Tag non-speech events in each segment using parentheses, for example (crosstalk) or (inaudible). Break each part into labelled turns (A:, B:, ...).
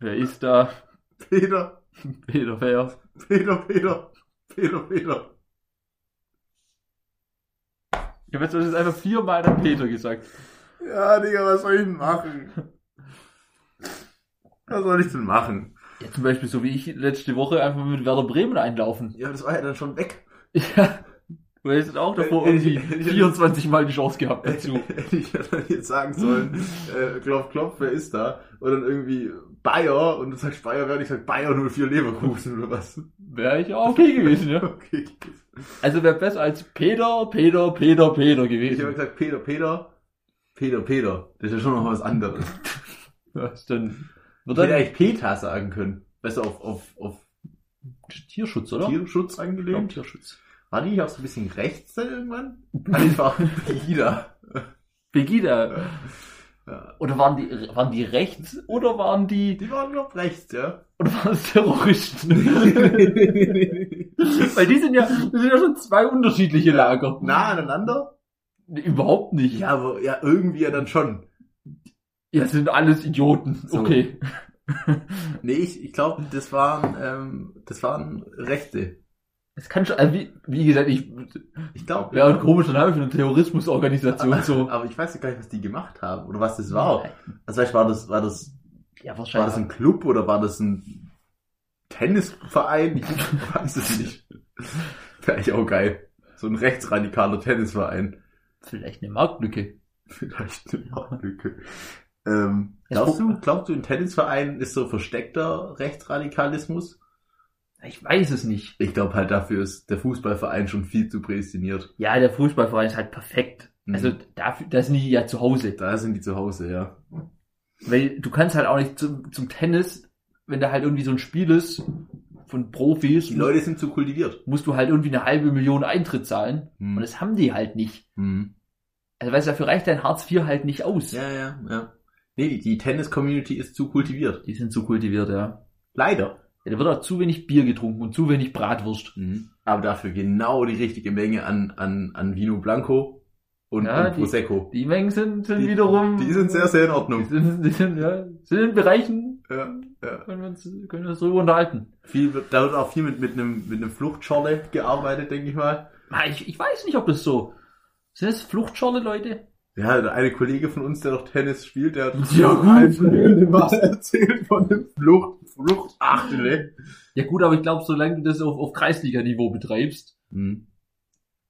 A: Mr.
B: Peter,
A: Peter Fair.
B: Peter, Peter, Peter, Peter.
A: Ich habe jetzt übrigens einfach viermal dann Peter gesagt.
B: Ja, Digga, was soll ich denn machen? Was soll ich denn machen?
A: Ja, zum Beispiel so wie ich letzte Woche einfach mit Werder Bremen einlaufen.
B: Ja, das war ja dann schon weg.
A: Ja. Du hättest auch davor
B: Äh, äh,
A: irgendwie
B: äh, äh,
A: 24 Mal die Chance gehabt dazu.
B: (laughs) Hätte ich ja dann jetzt sagen sollen, äh, klopf, klopf, wer ist da? Und dann irgendwie Bayer und du sagst Bayer, wer? Und ich sag Bayer 04 Leverkusen oder was? (laughs)
A: Wäre ich auch okay gewesen, ja.
B: Okay.
A: Also wäre besser als Peter, Peter, Peter, Peter
B: Ich habe
A: gewesen.
B: gesagt Peter, Peter, Peter, Peter. Das ist ja schon noch was anderes.
A: Was denn?
B: Ich
A: Wird
B: hätte
A: dann
B: eigentlich Peter sagen können. Weißt du, auf, auf, auf
A: Tierschutz, oder?
B: Tierschutz
A: Ich glaub,
B: angelehnt.
A: Tierschutz.
B: War die nicht auch so ein bisschen rechts dann irgendwann? Ah, Einfach Pegida.
A: Pegida.
B: Ja.
A: Oder waren die, waren die rechts oder waren die,
B: Die waren noch rechts, ja?
A: oder waren es Terroristen? Weil die sind ja, das sind ja schon zwei unterschiedliche Lager.
B: nah aneinander?
A: Nee, Überhaupt nicht.
B: Ja, aber ja, irgendwie ja dann schon.
A: Ja, sind alles Idioten.
B: So.
A: Okay.
B: Nee, ich, ich glaube, das waren ähm, das waren Rechte.
A: Es kann schon, also wie, wie gesagt, ich,
B: Ich glaube.
A: wäre ein komischer Name für eine (laughs) Terrorismusorganisation, so.
B: Aber ich weiß ja gar nicht, was die gemacht haben oder was das war. Also vielleicht war das, war das,
A: Ja,
B: war das
A: wahrscheinlich.
B: ein Club oder war das ein Tennisverein? Ich weiß es nicht. Wäre ich auch geil. So ein rechtsradikaler Tennisverein.
A: Vielleicht eine Marktlücke.
B: Vielleicht eine Marktlücke. Ähm,
A: Ja,
B: glaubst,
A: guck-
B: du, glaubst du, in Tennisvereinen ist so versteckter Rechtsradikalismus?
A: Ich weiß es nicht.
B: Ich glaube halt, dafür ist der Fußballverein schon viel zu prädestiniert.
A: Ja, der Fußballverein ist halt perfekt.
B: Mhm.
A: Also, dafür, da sind die ja zu Hause.
B: Da sind die zu Hause, ja.
A: Weil du kannst halt auch nicht zum, zum Tennis, wenn da halt irgendwie so ein Spiel ist von Profis,
B: Die Leute sind zu kultiviert.
A: musst du halt irgendwie eine halbe Million Eintritt zahlen.
B: Hm.
A: Und das haben die halt nicht.
B: Hm.
A: Also weißt du, dafür reicht dein Hartz IV halt nicht aus.
B: Ja, ja, ja. Nee, die, die Tennis-Community ist zu kultiviert.
A: Die sind zu kultiviert, ja.
B: Leider.
A: ja. Da wird auch zu wenig Bier getrunken und zu wenig Bratwurst.
B: Aber dafür genau die richtige Menge an, an, an Vino Blanco und,
A: Ja,
B: und
A: die-
B: Prosecco.
A: Die Mengen sind, sind
B: Die-
A: wiederum...
B: die sind sehr, sehr in
A: Die
B: Ordnung.
A: sind, die sind, ja, sind in Bereichen,
B: Ja, ja.
A: können wir uns, können wir uns drüber unterhalten.
B: Viel, wird- da wird auch viel mit, mit einem, mit einem Fluchtschorle gearbeitet, denke ich mal.
A: Ah, Ich, ich weiß nicht, ob das so... Sind das Fluchtschorle, Leute?
B: Ja, der eine Kollege von uns, der noch Tennis spielt, der hat
A: Ja, gut.
B: was (laughs) erzählt von dem Flucht, Fluchtachtel. ne?
A: Ja gut, aber ich glaube, solange du das auf, auf Kreisliga-Niveau betreibst,
B: Hm.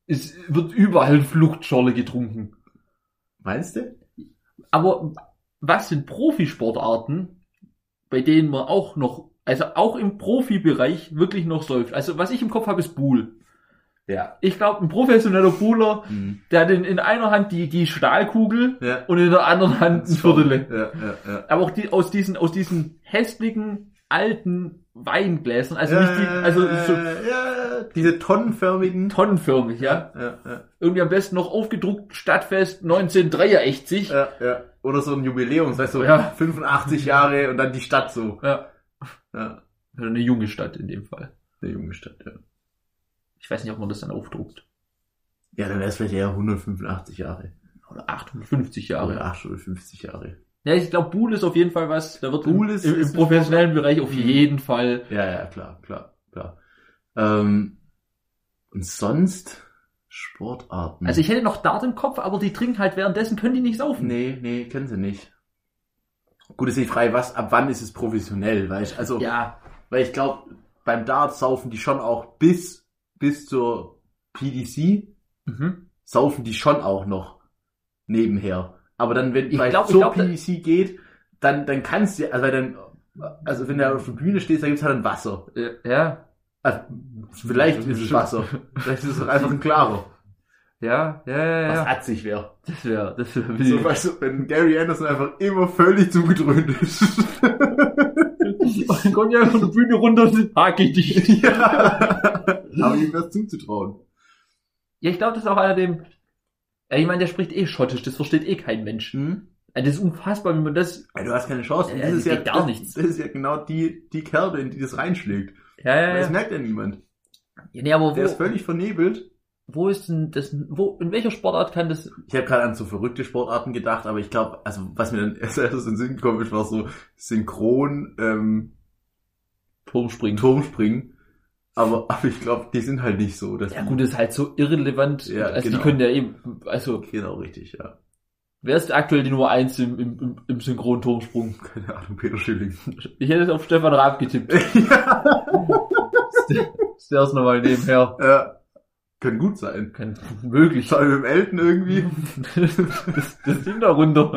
A: es wird überall Fluchtschorle getrunken.
B: Meinst du?
A: Aber was sind Profisportarten, bei denen man auch noch, also auch im Profibereich wirklich noch säuft? Also was ich im Kopf habe, ist Buhl.
B: Ja.
A: Ich glaube, ein professioneller Buhler,
B: Hm.
A: der hat in, in einer Hand die, die Stahlkugel
B: Ja.
A: und in der anderen Hand ein Viertel. ne?
B: Ja, ja, ja.
A: Aber auch die, aus diesen, aus diesen hässlichen, alten Weingläsern, also nicht die,
B: Äh,
A: also so
B: ja, diese tonnenförmigen.
A: tonnenförmig, ja.
B: ja, ja,
A: Irgendwie am besten noch aufgedruckt Stadtfest 1983.
B: ja, ja. Oder so ein Jubiläum, weißt du,
A: Ja.
B: 85 Jahre und dann die Stadt so.
A: Ja.
B: Ja.
A: Oder eine junge Stadt in dem Fall.
B: Eine junge Stadt, ja.
A: Ich weiß nicht, ob man das dann aufdruckt.
B: Ja, dann wäre es vielleicht eher 185 Jahre.
A: oder 850 Jahre.
B: Oder 850 Jahre.
A: Ja, ich glaube, Buhl ist auf jeden Fall was. Da wird
B: Buhl
A: im,
B: ist-
A: im, im
B: ist-
A: professionellen Bereich auf
B: Mhm.
A: jeden Fall.
B: Ja, ja, klar, klar, klar. Ähm, und sonst Sportarten.
A: Also ich hätte noch Dart im Kopf, aber die trinken halt währenddessen, können die nicht saufen.
B: Nee, nee, kennen sie nicht. Gut, ist die Frage, was, ab wann ist es professionell, weil ich, also,
A: Ja,
B: weil ich glaube, beim Dart saufen die schon auch bis, bis zur PDC,
A: mhm.
B: saufen die schon auch noch nebenher. Aber dann, wenn
A: Ich
B: weil
A: glaub- ich
B: zur
A: glaub, äh da-
B: PDC geht, dann, dann kannst du, also, weil dann, also wenn du auf der Bühne stehst, dann gibt's halt ein Wasser.
A: Äh, ja,
B: Also, vielleicht ist es Wasser. Vielleicht ist es auch einfach ein klarer.
A: ja, ja, ja,
B: Was
A: ja.
B: atzig wäre.
A: Das wäre, das wäre
B: So,
A: wild.
B: weißt du, wenn Gary Anderson einfach immer völlig zugedröhnt ist.
A: Dann kommt ja von der Bühne runter und sind hackig.
B: (laughs) ja. Aber ihm das zuzutrauen.
A: Ja, ich glaube, das ist auch einer dem... Ja, ich meine, der spricht eh schottisch, das versteht eh kein Mensch. Also das ist unfassbar, wie man das...
B: Ja, du hast keine Chance. Und
A: Ja, das geht gar
B: das,
A: nichts.
B: Das ist ja genau die, die Kerbe, in die das reinschlägt.
A: Ja,
B: Weil
A: ja,
B: Das
A: ja.
B: merkt ja niemand.
A: ja nee, aber
B: Der ist
A: wo,
B: völlig vernebelt.
A: Wo ist denn das, wo, in welcher Sportart kann das,
B: Ich habe gerade an so verrückte Sportarten gedacht, aber ich glaube, also was mir dann (laughs) erst in den Sinn gekommen ist, war so synchron ähm,
A: Turmspringen?
B: Turmspringen. Aber, aber ich glaube, die sind halt nicht so. Dass
A: Ja gut, das ist halt so irrelevant.
B: Ja,
A: also
B: genau.
A: die können ja eben, also
B: Genau, richtig, ja.
A: wer ist aktuell die Nummer eins im, im, im, im Synchronturmsprung?
B: Keine Ahnung, Peter Schilling. (laughs)
A: Ich hätte es auf Stefan Raab getippt.
B: ja.
A: Stairs nochmal nebenher.
B: ja. Kann gut sein.
A: Kann,
B: (laughs)
A: möglich.
B: Vor allem im Elton irgendwie.
A: (laughs) das, das Ding da runter.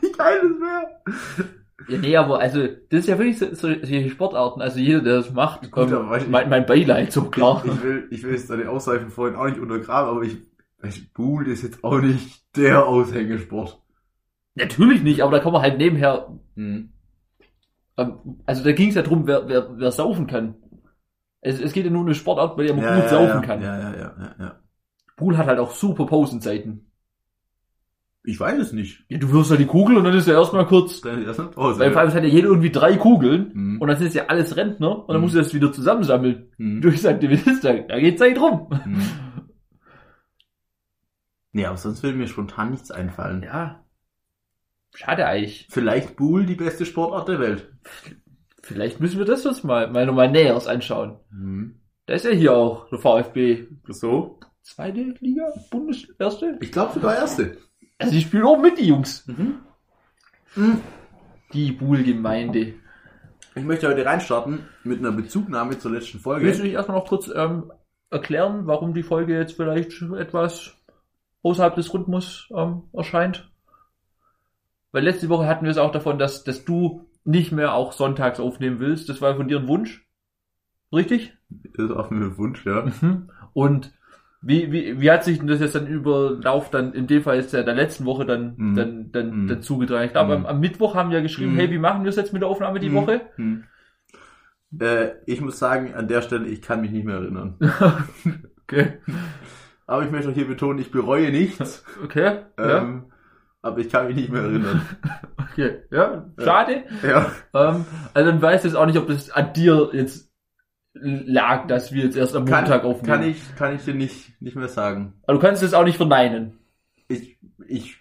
B: Wie geil das wäre.
A: Ja, nee, aber also, das ist ja wirklich so, so, solche Sportarten. Also jeder, der das macht,
B: Gut,
A: ähm,
B: aber weiß ich-
A: mein, mein Beileid, so klar.
B: Ich will, ich will jetzt deine Aussage von vorhin auch nicht untergraben, aber ich, ich Buhl ist jetzt auch nicht der Aushängesport.
A: Natürlich nicht, aber da kann man halt nebenher,
B: Mhm.
A: ähm, also da ging es ja drum, wer, wer, wer saufen kann. Es, es geht ja nur um eine Sportart, bei der man gut saufen
B: ja,
A: kann.
B: Ja, ja, ja, ja, ja.
A: Pool hat halt auch super Pausenzeiten.
B: Ich weiß es nicht.
A: Ja, du wirfst halt die Kugel und dann ist er erstmal kurz.
B: Deine erste Pause.
A: Weil vor allem hat ja jeder irgendwie drei Kugeln
B: Mhm.
A: und dann sind es ja alles Rentner und dann
B: Mhm.
A: musst du das wieder zusammensammeln.
B: Mhm.
A: Durch St. Dienstag, da geht Zeit rum.
B: Mhm. Ja, aber sonst würde mir spontan nichts einfallen.
A: Ja. Schade eigentlich.
B: Vielleicht Buhl die beste Sportart der Welt.
A: Vielleicht müssen wir das uns mal, mal nochmal näher uns anschauen.
B: Hm.
A: Da ist ja hier auch der VfB.
B: So?
A: Zweite Liga? Bundes erste?
B: Ich glaube sogar erste.
A: Also die spielen oben mit, die Jungs.
B: Mhm.
A: Die Buhl-Gemeinde.
B: Ich möchte heute reinstarten mit einer Bezugnahme zur letzten
A: Willst du
B: Folge.
A: dich erstmal noch kurz ähm, erklären, warum die Folge jetzt vielleicht etwas außerhalb des Rhythmus ähm, erscheint? Weil letzte Woche hatten wir es auch davon, dass, dass du nicht mehr auch sonntags aufnehmen willst. Das war von dir ein Wunsch. Richtig?
B: Das ist auf meinen Wunsch, ja.
A: Mhm. Und wie, wie, wie hat sich denn das jetzt dann über Lauf dann, in dem Fall jetzt ja der letzten Woche dann,
B: Mhm.
A: dann, dann,
B: Mhm.
A: dann zugetragen? Ich glaube,
B: Mhm.
A: am, am Mittwoch haben wir ja geschrieben,
B: Mhm.
A: hey, wie machen wir es jetzt mit der Aufnahme die
B: Mhm.
A: Woche?
B: Hm. Äh, ich muss sagen, an der Stelle, ich kann mich nicht mehr erinnern.
A: Okay.
B: Aber ich möchte auch hier betonen, ich bereue nichts.
A: Okay. (laughs) Ja.
B: Ähm, aber ich kann mich nicht mehr
A: (laughs)
B: erinnern.
A: Okay. Ja.
B: Ja.
A: Schade.
B: ja.
A: Ähm, also dann weiß ich jetzt auch nicht, ob das an dir jetzt lag, dass wir jetzt erst am
B: Kann,
A: Montag aufnehmen.
B: kann ich, kann ich dir nicht, nicht mehr sagen.
A: Aber du kannst es auch nicht verneinen.
B: Ich, ich,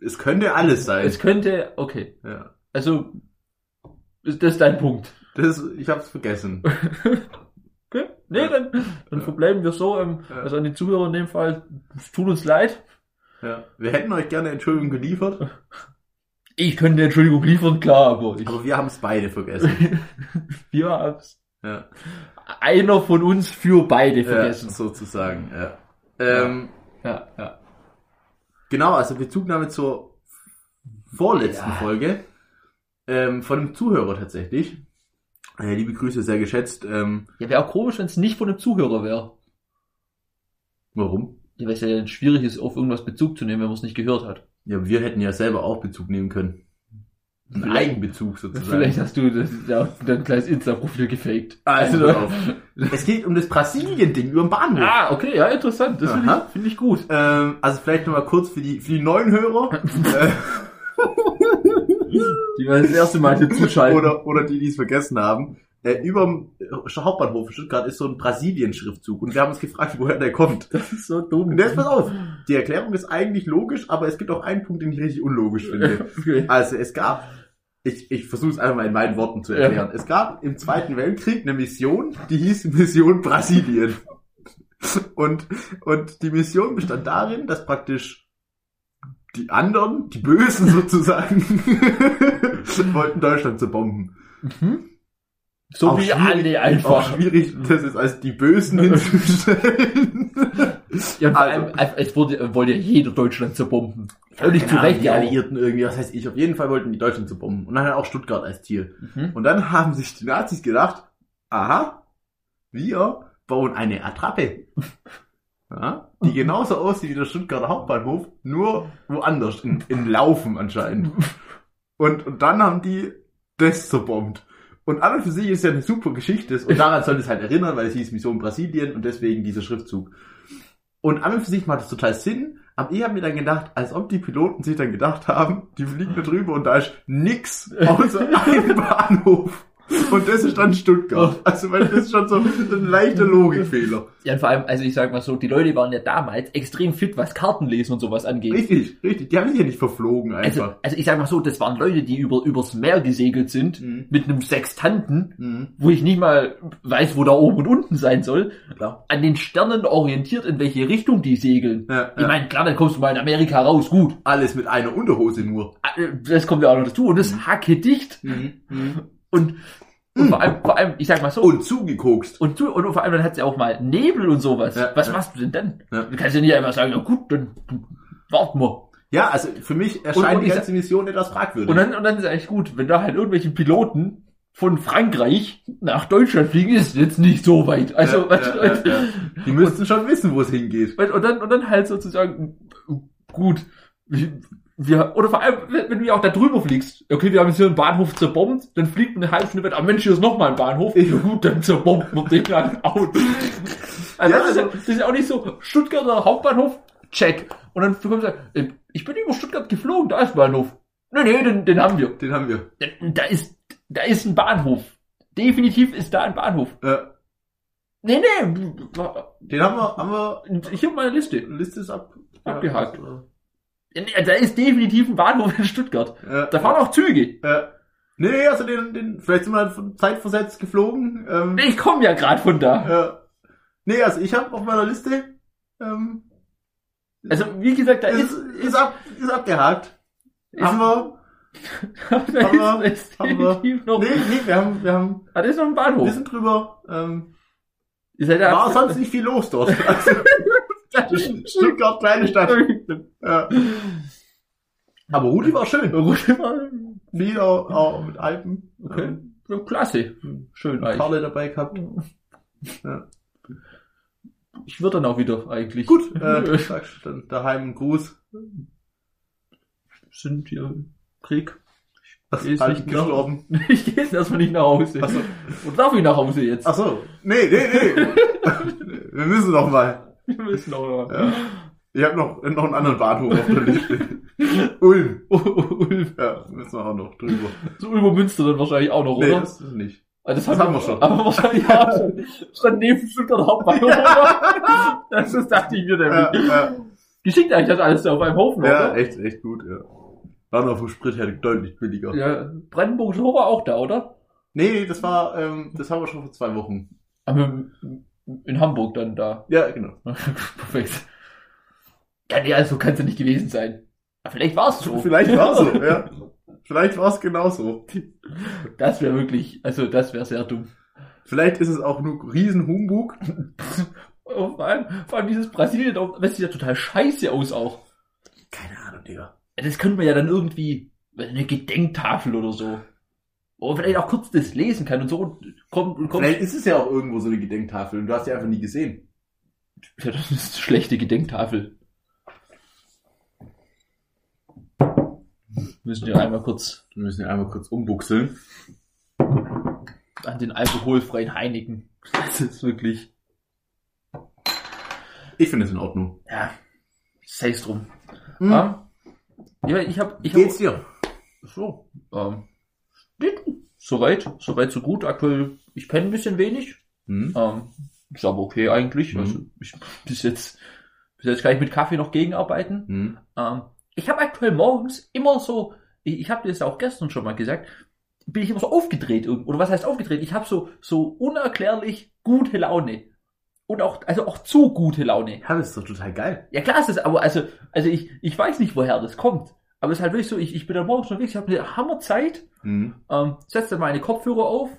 B: es könnte alles sein.
A: Es könnte, okay.
B: ja.
A: Also, ist das dein Punkt?
B: Das, ist- ich hab's
A: (laughs)
B: vergessen.
A: Okay. Nee,
B: Ja.
A: dann, dann
B: Ja.
A: verbleiben wir so. Ähm,
B: Ja.
A: Also an die Zuhörer in dem Fall, es tut uns leid.
B: ja. Wir hätten euch gerne Entschuldigung geliefert,
A: Ich könnte eine Entschuldigung liefern, klar, aber ich. (laughs)
B: aber wir haben es beide vergessen.
A: wir haben's.
B: Ja.
A: Einer von uns für beide
B: Ja,
A: vergessen.
B: sozusagen, ja. Ähm,
A: Ja, ja.
B: Genau, also Bezugnahme zur vorletzten
A: Ja.
B: Folge ähm, von einem Zuhörer tatsächlich. Äh, liebe Grüße, sehr geschätzt. Ähm,
A: Ja, wäre auch komisch, wenn es nicht von einem Zuhörer wäre.
B: warum?
A: Ja, weil es ja dann schwierig ist, auf irgendwas Bezug zu nehmen, wenn man es nicht gehört hat.
B: Ja, wir hätten ja selber auch Bezug nehmen können. Einen
A: Vielleicht-
B: Eigenbezug sozusagen.
A: Vielleicht hast du das, ja, dein kleines Insta-Profil gefaked.
B: Also,
A: Also-
B: hör auf. es geht um das Brasilien-Ding über den Bahnhof.
A: Ah, okay, ja, interessant. Das finde
B: Aha.
A: ich, find ich gut.
B: Ähm, also vielleicht nochmal kurz für die, für die neuen Hörer äh,
A: Die werden das erste Mal hier zuschalten.
B: oder, oder die, die es vergessen haben. Äh, über dem Hauptbahnhof in Stuttgart ist so ein Brasilien-Schriftzug und wir haben uns gefragt, woher der kommt.
A: das ist so dumm.
B: Und jetzt pass auf, die Erklärung ist eigentlich logisch, aber es gibt auch einen Punkt, den ich richtig unlogisch finde.
A: okay.
B: Also es gab, ich, ich versuche es einfach mal in meinen Worten zu erklären. Es gab im Zweiten Weltkrieg eine Mission, die hieß Mission Brasilien. Und, und die Mission bestand darin, dass praktisch die anderen, die Bösen sozusagen, (laughs) wollten Deutschland zerbomben.
A: Mhm. So
B: Auch
A: wie
B: schwierig-
A: alle
B: Auch
A: einfach.
B: schwierig, das ist als die Bösen hinzustellen.
A: Ja, und vor
B: Also.
A: allem, einfach- es wurde, wollte ja jeder Deutschland zerbomben. Völlig zu
B: Keine Ahnung,
A: Recht,
B: die
A: ja. auch.
B: Alliierten irgendwie, was heißt ich, auf jeden Fall wollten die Deutschen zu bomben. Und dann auch Stuttgart als Ziel.
A: Mhm.
B: Und dann (laughs) haben sich die Nazis gedacht, aha, wir bauen eine Attrappe. Ja, die genauso aussieht wie der Stuttgarter Hauptbahnhof, nur woanders, in, in Laufen anscheinend. Und, und dann haben die das zerbombt. Und an und für sich ist ja eine super Geschichte. Und daran soll es halt erinnern, weil es hieß Mission Brasilien und deswegen dieser Schriftzug. Und an und für sich macht es total Sinn. Aber ich habe mir dann gedacht, als ob die Piloten
A: (laughs)
B: sich dann gedacht haben, die fliegen da drüber und da ist nix außer ein Bahnhof. Und das ist dann
A: Oh.
B: Stuttgart. Also, weil das ist schon so ein
A: (laughs)
B: leichter Logikfehler.
A: Ja, und vor allem, also ich sag mal so, die Leute waren ja damals extrem fit, was Kartenlesen und sowas angeht.
B: Richtig, richtig. Die haben sich ja nicht verflogen
A: Also,
B: einfach.
A: also ich sag mal so, das waren Leute, die über, übers Meer gesegelt sind,
B: Mhm.
A: mit einem Sextanten,
B: Mhm.
A: wo ich nicht mal weiß, wo da oben und unten sein soll,
B: Klar.
A: an den Sternen orientiert, in welche Richtung die segeln.
B: Ja,
A: Ich
B: ja.
A: meine, klar, dann kommst du mal in Amerika raus, gut. äh,
B: Alles mit einer Unterhose nur.
A: Das kommt ja auch noch dazu und
B: Mhm.
A: das hacke dicht. Und, und vor, allem, vor allem, ich sag mal so,
B: Und zugekokst.
A: Und, du, und vor allem, dann hat sie auch mal Nebel und sowas.
B: Ja,
A: Was
B: ja.
A: machst du denn dann?
B: Ja.
A: Du kannst ja nicht einfach sagen, na gut, dann warten wir.
B: Ja, also für mich erscheint
A: Und- und
B: die
A: ich
B: ganze Mission etwas fragwürdig.
A: Und dann, und dann ist eigentlich gut, wenn da halt irgendwelche Piloten von Frankreich nach Deutschland fliegen, ist jetzt nicht so weit. Also,
B: Ja,
A: weißt du,
B: ja, ja, ja.
A: (laughs)
B: die müssten schon wissen, wo es hingeht.
A: weißt du, Und, dann, und dann halt sozusagen, gut, wir, oder vor allem, wenn du ja auch da drüber fliegst, okay, wir haben jetzt hier einen Bahnhof zerbombt, dann fliegt eine halbe Stunde weiter, ah Mensch, hier ist nochmal ein Bahnhof, ja gut, dann zerbombt man den dann out. Also,
B: Ja,
A: das, ist ja,
B: also-
A: das ist ja auch nicht so, Stuttgarter Hauptbahnhof, check. Und dann kommst du, äh, ich bin über Stuttgart geflogen, da ist ein Bahnhof. Nee, nee, den, den haben wir.
B: Den haben wir.
A: Da, da ist, da ist ein Bahnhof. Definitiv ist da ein Bahnhof.
B: Äh,
A: Nee, nee,
B: den haben wir, haben wir,
A: hier meine Liste.
B: Liste ist ab,
A: Abgehakt.
B: Ja, Also,
A: Ja, Da ist definitiv ein Bahnhof in Stuttgart.
B: äh,
A: Da fahren auch Züge.
B: äh, nee, also den, den, vielleicht sind wir dann von zeitversetzt geflogen. Ähm,
A: Ich komme ja gerade von da.
B: äh, nee, also ich habe auf meiner Liste, ähm,
A: Also wie gesagt, da
B: ist,
A: ist,
B: ist, ab, ist abgehakt.
A: Ist-
B: haben wir,
A: (laughs) da ist, da ist
B: haben wir-
A: definitiv noch,
B: nee, nee, wir haben, wir haben,
A: ah, da ist noch ein Bahnhof.
B: wissen drüber, ähm,
A: Ihr seid ja-
B: war sonst nicht viel los dort.
A: (laughs)
B: Also, Stuttgart, kleine Stadt.
A: (laughs)
B: Ja. Aber Rudi war schön. Viel auch, auch mit Alpen.
A: Okay.
B: Ähm,
A: Ja, klasse. Schön
B: mit
A: eigentlich.
B: Karle dabei gehabt.
A: Ich würde dann auch wieder eigentlich.
B: Gut,
A: (laughs)
B: äh, sagst dann daheim einen Gruß.
A: Sind hier Krieg.
B: Das
A: Ist
B: ist halt
A: nicht
B: gestorben.
A: (laughs) Ich gehe jetzt erstmal nicht nach Hause.
B: Achso,
A: Und darf ich nach Hause jetzt?
B: ach so. nee, nee,
A: (laughs)
B: nee. Wir müssen noch mal.
A: Wir müssen noch mal.
B: Ja. Ich habe noch, noch einen anderen Bahnhof auf der Liste.
A: (laughs)
B: Ulm.
A: Ulm.
B: Ja, müssen wir auch noch drüber.
A: So Ulmer Münster dann wahrscheinlich auch noch,
B: Nee,
A: oder?
B: das ist nicht.
A: Ah, Das,
B: das
A: haben
B: haben
A: wir
B: wir schon.
A: Aber wahrscheinlich ja, schon.
B: (laughs)
A: stand neben Stuttgart Hauptbahnhof. das ist, dachte ich mir
B: Ja,
A: nämlich.
B: ja,
A: Geschickt eigentlich das alles da auf einem Haufen,
B: ja
A: oder?
B: echt, echt gut, ja. War noch vom Sprit her deutlich billiger.
A: Ja, Brandenburg Tor war auch da, oder?
B: Nee, nee, das war, ähm, das haben wir schon vor zwei Wochen.
A: Aber in Hamburg dann
B: (laughs)
A: da.
B: Ja, genau.
A: Perfekt. Ja, nee, also kannst du nicht gewesen sein. Ja, vielleicht war es so.
B: Vielleicht war so, ja. Vielleicht war es genau genauso.
A: (laughs) Das wäre wirklich, also das wäre sehr dumm.
B: Vielleicht ist es auch nur Riesenhumbug.
A: Und vor allem, vor allem dieses Brasilien, das sieht ja total scheiße aus auch.
B: Keine Ahnung, Digga.
A: Ja, Das könnte man ja dann irgendwie, eine Gedenktafel oder so. Wo man vielleicht auch kurz das lesen kann und so und kommt und kommt.
B: Vielleicht ist es ja auch irgendwo so eine Gedenktafel und du hast sie einfach nie gesehen.
A: Ja, das ist eine schlechte Gedenktafel. Müssen wir einmal kurz
B: Wir müssen ja einmal kurz umbuchseln.
A: an den alkoholfreien Heineken. Das ist wirklich.
B: Ich finde es in Ordnung.
A: Ja. Seis drum.
B: Hm.
A: Ja, Ja, ich habe ich hab,
B: Geht's dir?
A: So, ähm, geht soweit, soweit so gut. Aktuell, ich penne ein bisschen wenig.
B: Hm?
A: Ähm, ist aber okay eigentlich.
B: Mhm.
A: Also ich, bis jetzt, bis jetzt kann ich mit Kaffee noch gegenarbeiten.
B: Hm?
A: Ähm, ich habe aktuell morgens immer so, ich, ich habe dir das auch gestern schon mal gesagt, bin ich immer so aufgedreht irgend- oder was heißt aufgedreht? Ich habe so so unerklärlich gute Laune und auch also auch zu gute Laune.
B: Ja, das ist doch total geil.
A: Ja klar ist das, aber also also ich ich weiß nicht woher das kommt, aber es ist halt wirklich so, ich, ich bin dann morgens unterwegs, ich habe eine Hammerzeit,
B: Hm?
A: ähm, setze dann meine Kopfhörer auf,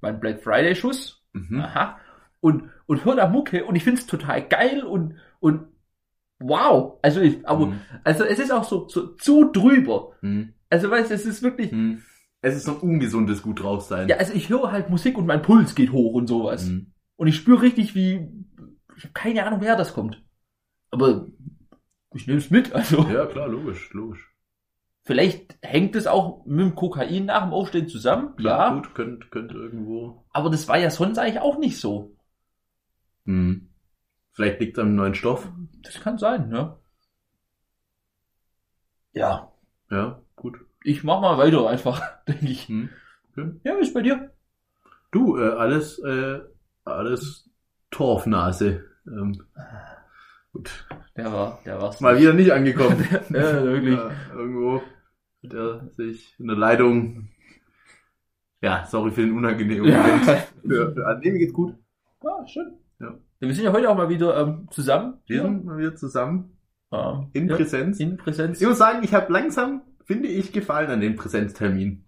A: mein Black Friday Schuss
B: Mhm.
A: Aha. Und, und hör da Mucke und ich find's total geil und, und wow. Also, ich, aber,
B: Hm.
A: also es ist auch so, so zu drüber.
B: Hm.
A: Also, weißt du, es ist wirklich,
B: Hm. Es ist so ein ungesundes Gut drauf sein.
A: ja, also ich höre halt Musik und mein Puls geht hoch und sowas.
B: Hm.
A: Und ich spüre richtig, wie, ich habe keine Ahnung, woher das kommt. Aber ich nehme es mit, also.
B: ja, klar, logisch, logisch.
A: Vielleicht hängt es auch mit dem Kokain nach dem Aufstehen zusammen,
B: Klar,
A: ja.
B: gut, könnte könnt irgendwo.
A: Aber das war ja sonst eigentlich auch nicht so.
B: Hm. Vielleicht liegt es am neuen Stoff.
A: Das kann sein, ne? Ja,
B: Ja, gut.
A: ich mach mal weiter einfach, (laughs) denke ich.
B: Hm.
A: Ja, wie ist bei dir?
B: Du, äh, alles, äh, alles Torfnase. Ähm, gut.
A: Der war, der war's.
B: Mal wieder nicht angekommen. (laughs)
A: Ja, wirklich.
B: Ja, irgendwo hat er sich in der Leitung. Ja, sorry für den unangenehmen Moment.
A: (laughs) Ja.
B: Für, für, nee, mir geht's gut.
A: Ah, schön.
B: Ja.
A: Wir sind ja heute auch mal wieder ähm, zusammen.
B: Wir
A: hier.
B: sind mal wieder zusammen
A: Ähm,
B: in
A: ja,
B: Präsenz.
A: in Präsenz.
B: Ich muss sagen, ich habe langsam, finde ich, gefallen an dem Präsenztermin.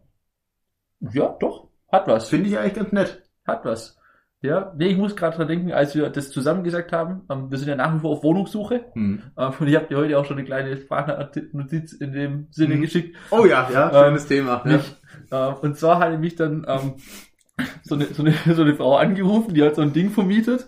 A: Ja, doch. Hat was.
B: Das finde ich eigentlich ganz nett.
A: Hat was. Ja, nee, ich muss gerade dran denken, als wir das zusammen gesagt haben, ähm, wir sind ja nach wie vor auf Wohnungssuche.
B: Hm.
A: Ähm, und ich habe dir heute auch schon eine kleine Sprachnotiz in dem Sinne
B: Mhm.
A: geschickt.
B: Oh ja, ja,
A: Ähm,
B: schönes Thema. Ja.
A: Nicht, ähm, und zwar hatte mich dann ähm, so, eine, so, eine, (laughs) so eine Frau angerufen, die hat so ein Ding vermietet.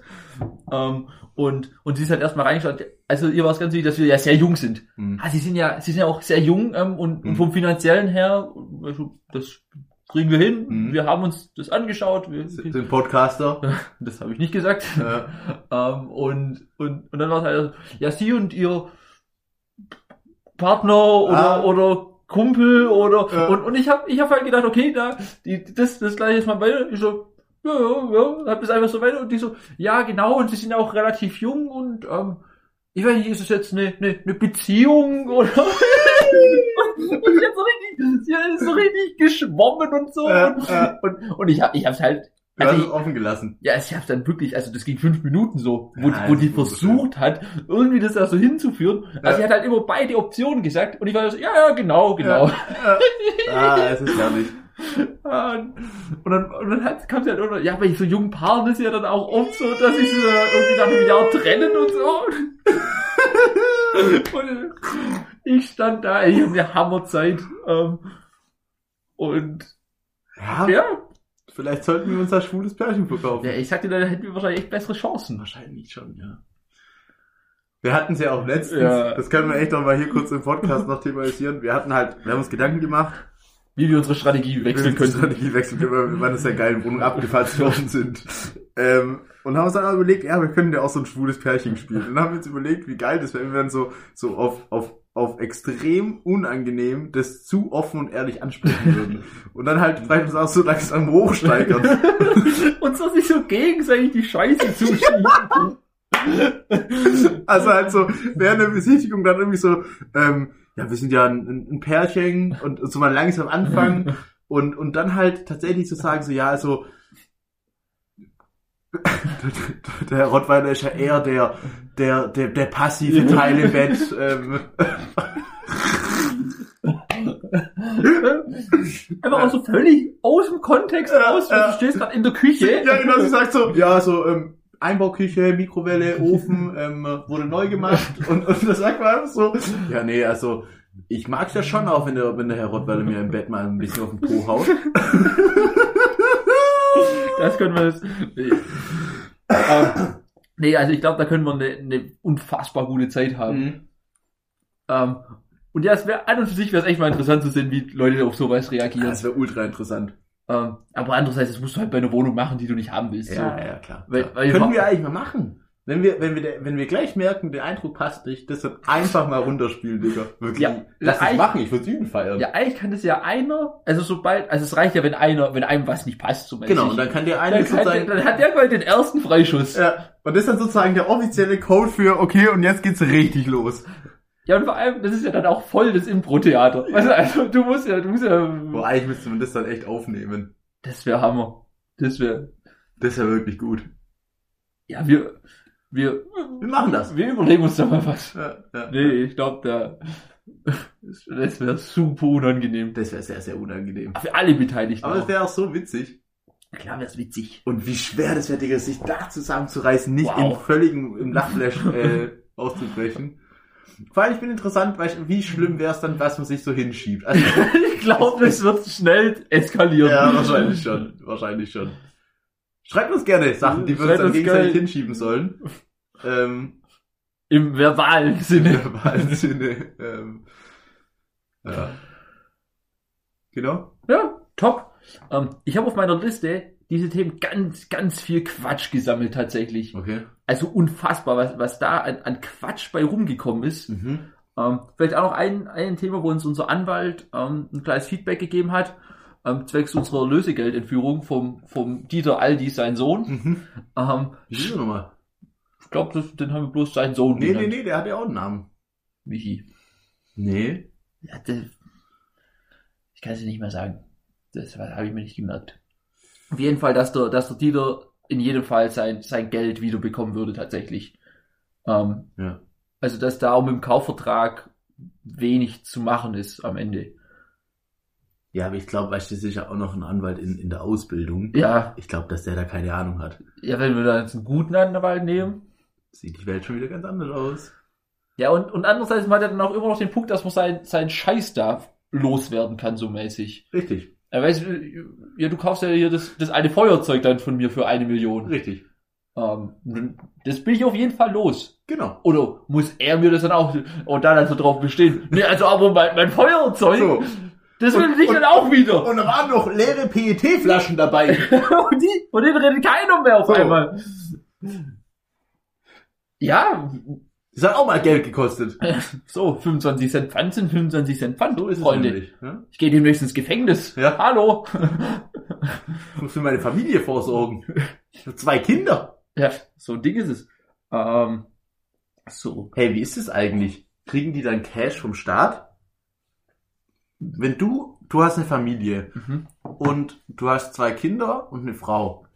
A: Ähm, und, und sie ist halt erstmal reingeschaut. Also ihr war es ganz wichtig, dass wir ja sehr jung sind.
B: Hm.
A: Ah, sie sind ja, sie sind ja auch sehr jung ähm, und, und
B: Mhm.
A: vom finanziellen her, also, das kriegen wir hin.
B: Mhm.
A: Wir haben uns das angeschaut. Wir,
B: Sind Podcaster.
A: das habe ich nicht gesagt.
B: äh,
A: Ähm, und, und, und dann war es halt, ja, sie und ihr Partner oder,
B: Ah.
A: oder Kumpel oder,
B: Ja.
A: und, und ich habe ich hab halt gedacht, okay, da, die, das, das gleiche ist mal weiter. Ich so, ja, ja, ja, hab das einfach so weiter. Und die so, ja, genau, und sie sind auch relativ jung und, ähm, ich weiß nicht, ist es jetzt eine, eine, eine Beziehung oder? (laughs) und ich hab so richtig, sie ist so richtig geschwommen und so.
B: äh,
A: und,
B: äh,
A: und, und ich hab, ich hab's halt,
B: du hast
A: also ich,
B: es offen gelassen.
A: ja, ich hab's dann wirklich, also das ging fünf Minuten so, wo,
B: Ja,
A: wo
B: das
A: die
B: ist gut
A: versucht hat, irgendwie das da so hinzuführen. Also
B: Ja.
A: sie hat halt immer beide Optionen gesagt und ich war so, ja, ja, genau, (laughs) genau.
B: Ah, es ist herrlich.
A: Und, Ah, und dann, und dann hat, kam sie halt irgendwann, ja, bei so jungen Paaren ist ja dann auch oft so, dass sie sich so irgendwie nach einem Jahr trennen und so. (laughs) und ich stand da, ich hab eine Hammerzeit. Ähm, und
B: Ja,
A: ja,
B: vielleicht sollten wir uns da schwules Pärchen verkaufen.
A: Ah. ja, ich sagte, da hätten wir wahrscheinlich echt bessere Chancen.
B: Wahrscheinlich schon, ja. Wir hatten es ja auch letztens,
A: Ja.
B: das können wir echt nochmal hier kurz im Podcast noch thematisieren. Wir hatten halt, wir haben uns Gedanken gemacht,
A: Wie wir unsere Strategie wechseln
B: wir
A: könnten.
B: Strategie wechseln können, weil wir waren das ja geilen Wohnung abgefasst worden sind. Ähm, und haben uns dann auch überlegt, ja, wir können ja auch so ein schwules Pärchen spielen. Und dann haben wir uns überlegt, wie geil das wäre, wenn wir dann so, so auf, auf, auf extrem unangenehm das zu offen und ehrlich ansprechen würden. Und dann halt vielleicht uns auch so langsam hochsteigern.
A: Und so sich so gegenseitig die Scheiße zuschieben.
B: Also halt so während der Besichtigung dann irgendwie so, ähm, ja, wir sind ja ein, ein Pärchen und, und so mal langsam anfangen und, und dann halt tatsächlich zu so sagen, so ja, also (laughs) der Rottweiler ist ja eher der, der, der, der passive Teil im Bett. Ähm,
A: Einfach auch so völlig aus dem Kontext
B: Ja,
A: raus, weil
B: ja.
A: du stehst gerade in der Küche.
B: ja, genau, sie sagt so, ja, so ähm, Einbauküche, Mikrowelle, Ofen ähm, wurde neu gemacht und, und das sagt man einfach so, ja, nee, also ich mag's ja schon auch, wenn der, wenn der Herr Rottweiler mir im Bett mal ein bisschen auf den Po haut.
A: Das können wir jetzt. Nee, ähm, nee also ich glaube, da können wir eine, eine unfassbar gute Zeit haben.
B: Mhm.
A: Ähm, und ja, es wäre an und für sich wäre es echt mal interessant zu sehen, wie Leute auf sowas reagieren.
B: Das wäre ultra interessant.
A: ähm, aber andererseits, das musst du halt bei einer Wohnung machen, die du nicht haben willst. so.
B: ja, klar.
A: Weil- weil-
B: Können wir eigentlich mal machen. Wenn wir, wenn wir, der- wenn wir gleich merken, der Eindruck passt nicht, das dann einfach mal runterspielen, Digga. Wirklich.
A: Ja,
B: Lass
A: eigentlich-
B: es machen, ich würde Süden feiern.
A: Ja, eigentlich kann das ja einer, also sobald, also es reicht ja, wenn einer, wenn einem was nicht passt, zum Beispiel.
B: Genau, und dann kann der eine
A: dann, kann, der-
B: sozusagen.
A: dann hat der quasi den ersten Freischuss. Ja.
B: ja, und das ist dann sozusagen der offizielle Code für, okay, und jetzt geht's richtig los.
A: und vor allem, das ist ja dann auch voll das Impro-Theater. Also, also du musst ja, du musst ja.
B: Boah, eigentlich müsste man das dann echt aufnehmen.
A: Das wäre Hammer. Das wäre.
B: Das ist ja wirklich gut.
A: Ja, wir, wir.
B: Wir machen das.
A: Wir überlegen uns da mal was.
B: Ja, ja.
A: Nee, ich glaube, da. Das wäre super unangenehm.
B: Das wäre sehr, sehr unangenehm.
A: Für alle Beteiligten.
B: Aber es wäre auch so witzig.
A: klar wäre
B: (laughs)
A: es witzig.
B: Und wie schwer das wäre, Digga, sich da zusammenzureißen, nicht
A: Wow.
B: im völligen im Lachflash äh, auszubrechen. Vor allem, ich bin interessant, weil ich, wie schlimm wäre es dann, was man sich so hinschiebt. Also,
A: Ich glaube, es wird schnell
B: (laughs)
A: eskalieren.
B: ja, wahrscheinlich schon. Wahrscheinlich schon. Schreibt uns gerne Sachen, die wir uns
A: Schreibt
B: dann
A: uns
B: gegenseitig
A: geil.
B: hinschieben (laughs) sollen. Ähm, (laughs)
A: Im verbalen Sinne.
B: im wahren Sinne. Ähm, ja. Genau.
A: Ja, top. Ähm, ich habe auf meiner Liste diese Themen ganz, ganz viel Quatsch gesammelt tatsächlich.
B: Okay.
A: Also unfassbar, was, was da an, an Quatsch bei rumgekommen ist.
B: Mhm.
A: Ähm, vielleicht auch noch ein, ein Thema, wo uns unser Anwalt ähm, ein kleines Feedback gegeben hat. ähm, zwecks unserer Lösegeldentführung vom, vom Dieter Aldi, sein Sohn.
B: Mhm.
A: Ähm,
B: Wie ist er nochmal?
A: ich glaube, den haben wir bloß seinen Sohn
B: Nee, nee, nee, der hat ja auch einen Namen.
A: Michi.
B: Nee.
A: Ja, der, ich kann es dir nicht mehr sagen. Das habe ich mir nicht gemerkt. Auf jeden Fall, dass der, dass der Dealer in jedem Fall sein, sein Geld wiederbekommen würde tatsächlich. Ähm,
B: Ja.
A: Also, dass da auch mit dem Kaufvertrag wenig zu machen ist am Ende.
B: Ja, aber ich glaube, weißt du, das ist ja auch noch ein Anwalt in, in der Ausbildung.
A: Ja,
B: Ich glaube, dass der da keine Ahnung hat.
A: ja wenn wir da jetzt einen guten Anwalt nehmen,
B: Sieht die Welt schon wieder ganz anders aus.
A: Ja, und, und andererseits hat er dann auch immer noch den Punkt, dass man sein, seinen Scheiß da loswerden kann, so mäßig.
B: Richtig,
A: Er weiß, ja, du kaufst ja hier das, das eine Feuerzeug dann von mir für eine Million.
B: richtig.
A: Ähm, das bin ich auf jeden Fall los.
B: Genau.
A: Oder muss er mir das dann auch, und dann also drauf bestehen, nee, also aber mein, mein Feuerzeug,
B: So.
A: das will
B: Und-
A: ich dann auch wieder.
B: Und da waren noch leere PET-Flaschen dabei.
A: (laughs) Und, die, und den redet keiner mehr auf
B: So.
A: einmal. Ja,
B: Das hat auch mal Geld gekostet.
A: so, 25 Cent Pfand sind 25 Cent Pfand, so ist Freunde.
B: nämlich, ne?
A: Ich gehe demnächst ins Gefängnis.
B: Ja.
A: Hallo. (laughs)
B: Ich muss für meine Familie vorsorgen. Ich habe zwei Kinder.
A: ja, so ein Ding ist es. Ähm, so.
B: Hey, wie ist das eigentlich? Kriegen die dann Cash vom Staat? Wenn du, du hast eine Familie
A: Mhm.
B: und du hast zwei Kinder und eine Frau.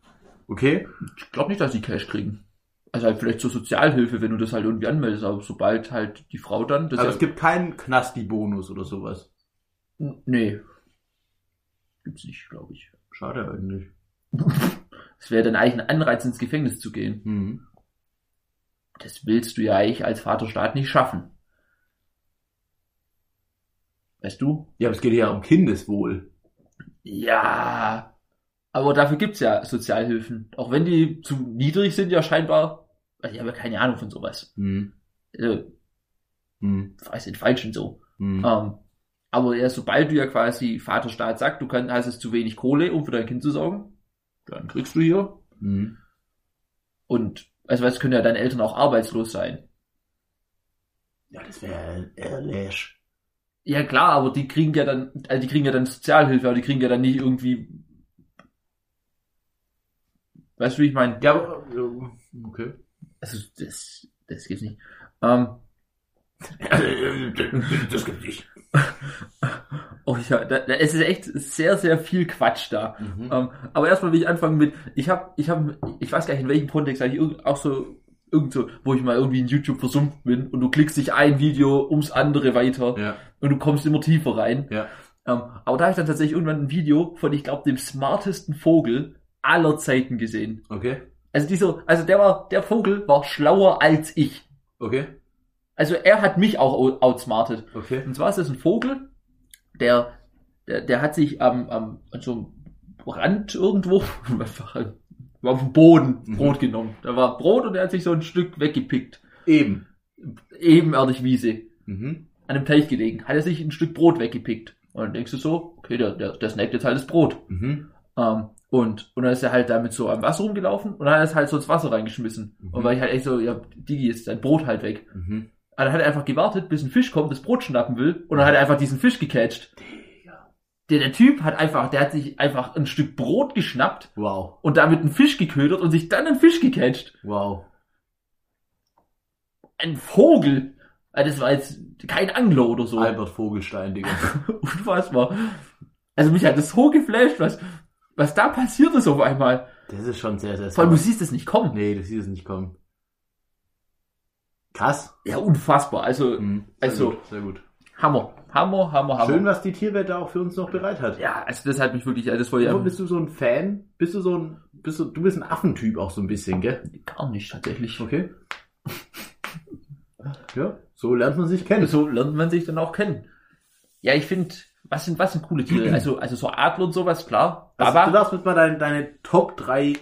B: Okay?
A: Ich glaube nicht, dass die Cash kriegen. Also halt vielleicht zur Sozialhilfe, wenn du das halt irgendwie anmeldest, aber sobald halt die Frau dann. Das
B: Also es gibt keinen Knasti-Bonus oder sowas.
A: N- nee. Gibt's nicht, glaube ich.
B: Schade eigentlich.
A: Es wäre dann eigentlich ein Anreiz, ins Gefängnis zu gehen.
B: Mhm.
A: Das willst du ja eigentlich als Vaterstaat nicht schaffen. Weißt du?
B: Ja, aber es geht ja um Kindeswohl.
A: Ja. Aber dafür gibt's ja Sozialhilfen. Auch wenn die zu niedrig sind, ja scheinbar. Also ich habe ja keine Ahnung von sowas.
B: Mhm.
A: Äh,
B: Mhm.
A: weiß nicht, falsch und so.
B: Mhm.
A: Ähm, aber erst sobald du ja quasi Vaterstaat sagt, du kannst, hast jetzt zu wenig Kohle, um für dein Kind zu sorgen, dann kriegst du hier.
B: Mhm.
A: Und, also weißt, du, können ja deine Eltern auch arbeitslos sein.
B: Ja, das wäre äh, Lash.
A: Ja klar, aber die kriegen ja dann, also die kriegen ja dann Sozialhilfe, aber die kriegen ja dann nicht irgendwie. Weißt du, wie ich meine?
B: Ja, aber, äh, okay.
A: Also das, das gibt's nicht. Ähm,
B: (laughs)
A: (laughs)
B: das gibt nicht.
A: oh ja, da, da, es ist echt sehr, sehr viel Quatsch da.
B: Mhm.
A: Ähm, aber erstmal will ich anfangen mit, ich habe, ich habe, ich weiß gar nicht in welchem Kontext, hab ich irgend, auch so, irgend so, wo ich mal irgendwie in YouTube versumpft bin und du klickst dich ein Video ums andere weiter
B: Ja,
A: und du kommst immer tiefer rein.
B: ja.
A: Ähm, aber da habe ich dann tatsächlich irgendwann ein Video von, ich glaube, dem smartesten Vogel aller Zeiten gesehen.
B: Okay,
A: Also dieser, also der war, der Vogel war schlauer als ich.
B: okay,
A: Also er hat mich auch out- outsmartet.
B: okay.
A: Und zwar ist das ein Vogel, der, der, der hat sich am, am an so einem Rand irgendwo, (laughs) einfach war auf dem Boden
B: Mhm.
A: Brot genommen. Da war Brot und er hat sich so ein Stück weggepickt.
B: Eben.
A: Ebenerdig Wiese.
B: Mhm.
A: An einem Teich gelegen. Hat er sich ein Stück Brot weggepickt. Und dann denkst du so, okay, der, der, der snackt jetzt halt das Brot.
B: Mhm.
A: Ähm, und, und dann ist er halt damit so am Wasser rumgelaufen und dann hat er es halt so ins Wasser reingeschmissen.
B: Mhm.
A: Und weil ich halt echt so, ja, Digi, ist dein Brot halt weg.
B: Mhm.
A: Aber dann hat er einfach gewartet, bis ein Fisch kommt, das Brot schnappen will. Und dann hat er einfach diesen Fisch gecatcht. Der, der Typ hat einfach, der hat sich einfach ein Stück Brot geschnappt
B: Wow,
A: und damit einen Fisch geködert und sich dann einen Fisch gecatcht.
B: wow.
A: Ein Vogel. Also Das war jetzt kein Angler oder so.
B: Albert Vogelstein, Digga.
A: (laughs) Unfassbar. Also mich hat das so geflasht, was, was da passiert ist auf einmal.
B: Das ist schon sehr, sehr
A: Vor allem, du siehst es nicht kommen.
B: Nee, das sieht es nicht kommen. Krass.
A: Ja, unfassbar. Also,
B: Mhm.
A: Also-
B: gut, sehr gut.
A: Hammer. Hammer, Hammer, Hammer.
B: Schön, was die Tierwelt da auch für uns noch bereit hat.
A: Ja, also das hat mich wirklich, also das wollte ich
B: Ja.
A: einfach-
B: Bist du so ein Fan? Bist du so ein, bist du, du bist ein Affentyp auch so ein bisschen, gell?
A: gar nicht tatsächlich. (laughs)
B: Okay. ja, so lernt man sich kennen.
A: So lernt man sich dann auch kennen. Ja, ich finde, was sind, was sind
B: (clears throat)
A: coole Tiere? Also, also so Adler und sowas, klar.
B: Also, du
A: aber
B: darfst mit mal deine, deine Top 3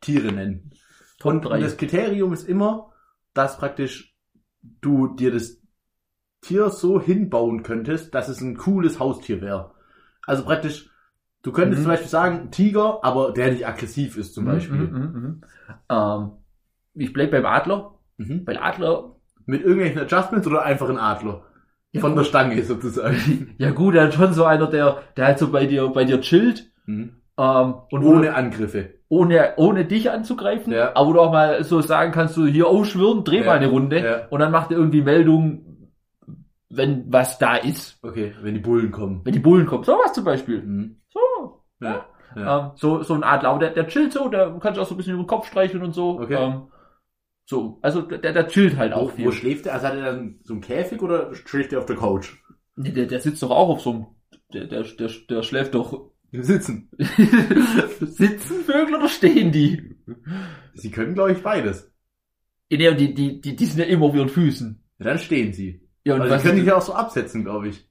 B: Tiere nennen.
A: Top
B: und
A: 3.
B: das Mhm, Kriterium ist immer, dass praktisch du dir das Tier so hinbauen könntest, dass es ein cooles Haustier wäre. Also praktisch, du könntest
A: Mhm.
B: zum Beispiel sagen, Tiger, aber der nicht aggressiv ist zum Beispiel.
A: Mhm, mhm, mhm. Ähm, ich bleib beim Adler,
B: Mhm.
A: weil Adler,
B: Mit irgendwelchen Adjustments oder einfach ein Adler. Von der Stange sozusagen.
A: Ja gut, er ist schon so einer, der, der halt so bei dir, bei dir chillt
B: (laughs) Mhm.
A: ähm, und
B: Und
A: ohne,
B: ohne Angriffe.
A: ohne, ohne dich anzugreifen,
B: Ja.
A: aber wo du auch mal so sagen kannst, so hier aufschwirren, dreh
B: Ja,
A: mal eine Runde
B: ja.
A: und dann macht er irgendwie Meldung, wenn was da ist.
B: Okay, wenn die Bullen kommen.
A: Wenn die Bullen kommen, sowas zum Beispiel.
B: Mhm.
A: So,
B: Ja.
A: ähm, so, so ein Adler, Und der, der chillt so, der kann sich auch so ein bisschen über den Kopf streicheln und so.
B: Okay.
A: Ähm, so, also der, der chillt halt auch
B: Wo,
A: viel.
B: wo schläft er? Also hat er dann so einen Käfig oder schläft er auf der Couch?
A: Nee, der, der sitzt doch auch auf so einem, der, der, der, der
B: (laughs)
A: schläft doch.
B: Im Sitzen.
A: Sitzen Vögel oder stehen die?
B: Sie können, glaube ich, beides.
A: Nee, und die, die, die, die sind ja immer auf ihren Füßen.
B: Ja, dann stehen sie.
A: Ja, und
B: Also sie
A: was
B: können sich ja auch so absetzen, glaube ich.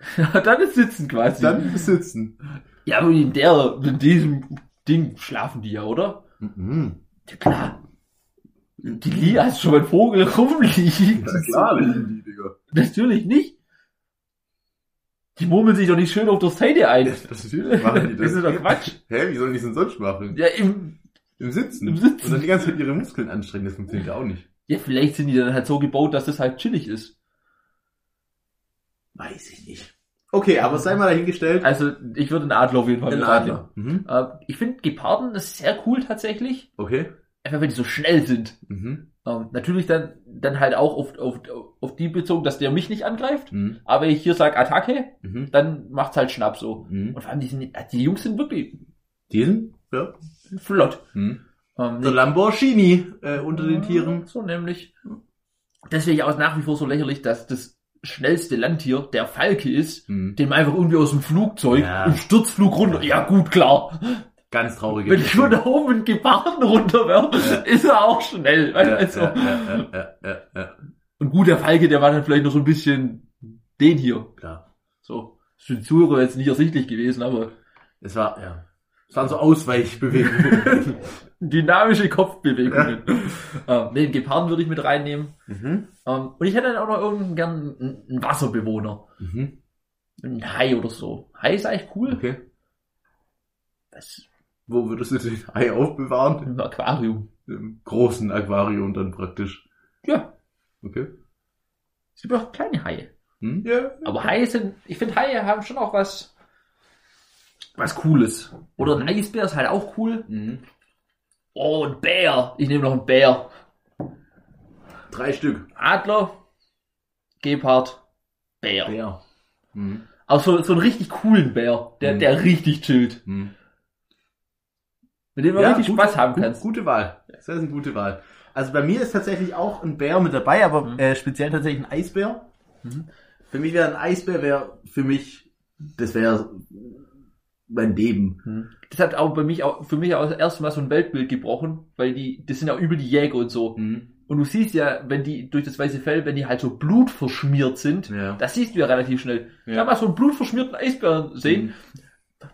A: (laughs) dann ist sitzen quasi.
B: Dann sitzen.
A: Ja, aber in der, in diesem Ding schlafen die ja, oder?
B: Mhm.
A: Ja, klar. Die Lia ist schon ein Vogel (laughs) rumliegt.
B: Ja, klar, liegen die, Digga.
A: Natürlich nicht. Die murmeln sich doch nicht schön auf das Handy ein.
B: Natürlich machen die das.
A: Das ist doch Quatsch.
B: Hä, wie sollen die es denn sonst machen?
A: Ja, im,
B: Im Sitzen.
A: Im Sitzen.
B: Und dann die ganze Zeit ihre Muskeln anstrengen, das funktioniert ja auch nicht.
A: ja, vielleicht sind die dann halt so gebaut, dass das halt chillig ist.
B: Weiß ich nicht. Okay, aber sei mal dahingestellt.
A: Also, ich würde einen Adler auf jeden Fall
B: Ein
A: beraten.
B: Mhm.
A: Äh, ich finde Geparden ist sehr cool tatsächlich.
B: Okay.
A: Einfach weil die so schnell sind.
B: Mhm.
A: Ähm, natürlich dann, dann halt auch auf, auf, auf die bezogen, dass der mich nicht angreift.
B: Mhm.
A: Aber wenn ich hier sage Attacke,
B: Mhm.
A: dann macht's halt Schnapp so.
B: Mhm.
A: Und vor allem, die, sind, die Jungs sind wirklich
B: Diesen? Ja.
A: flott.
B: Mhm.
A: Ähm,
B: Der Lamborghini äh, unter den Tieren.
A: So nämlich. Deswegen auch nach wie vor so lächerlich, dass das schnellste Landtier der Falke ist,
B: Mhm.
A: den man einfach irgendwie aus dem Flugzeug
B: Ja.
A: im Sturzflug runter. Ja, gut, klar.
B: Ganz traurige
A: Wenn ich von da oben einen Geparden runterwerfe,
B: Ja.
A: (laughs) ist er auch
B: (laughs)
A: schnell.
B: ja,
A: also.
B: ja, ja, ja, ja, ja,
A: Und gut, der Falke, der war dann vielleicht noch so ein bisschen den hier.
B: klar.
A: So. Das ist für die Zuhörer jetzt nicht ersichtlich gewesen, aber
B: Es war, ja. Es waren so Ausweichbewegungen. (laughs)
A: dynamische Kopfbewegungen. ähm, den Geparden würde ich mit reinnehmen.
B: mhm.
A: Ähm, und ich hätte dann auch noch irgendeinen gern einen- einen Wasserbewohner.
B: Mhm.
A: Ein Hai oder so. Hai ist eigentlich cool.
B: Okay.
A: Das
B: Wo würdest du den Ei aufbewahren?
A: im Aquarium.
B: Im großen Aquarium dann praktisch.
A: Ja.
B: Okay.
A: Es gibt auch kleine Haie.
B: Hm? Ja.
A: Aber Haie sind, ich finde Haie haben schon auch was, was Cooles. Oder ein Eisbär ist halt auch cool.
B: Mhm.
A: Oh, ein Bär. Ich nehme noch einen Bär.
B: Drei Stück.
A: Adler, Gepard, Bär.
B: Ja. Mhm.
A: Auch so, so einen richtig coolen Bär, der,
B: Mhm.
A: der richtig chillt.
B: Mhm.
A: Mit dem man
B: Ja,
A: richtig
B: gut,
A: Spaß haben
B: Gut,
A: kannst.
B: Gute Wahl. Das ist eine gute Wahl. Also bei mir ist tatsächlich auch ein Bär mit dabei, aber
A: Mhm.
B: äh, speziell tatsächlich ein Eisbär.
A: Mhm.
B: Für mich wäre ein Eisbär, wäre für mich, das wäre mein Leben.
A: Mhm. Das hat auch bei mich auch, für mich auch das erste Mal so ein Weltbild gebrochen, weil die, das sind ja übel die Jäger und so. Und du siehst ja, wenn die durch das weiße Fell, wenn die halt so blutverschmiert sind,
B: Ja.
A: das siehst du ja Mhm. relativ schnell.
B: Ja. Mhm.
A: Kann man so einen blutverschmierten Eisbären sehen,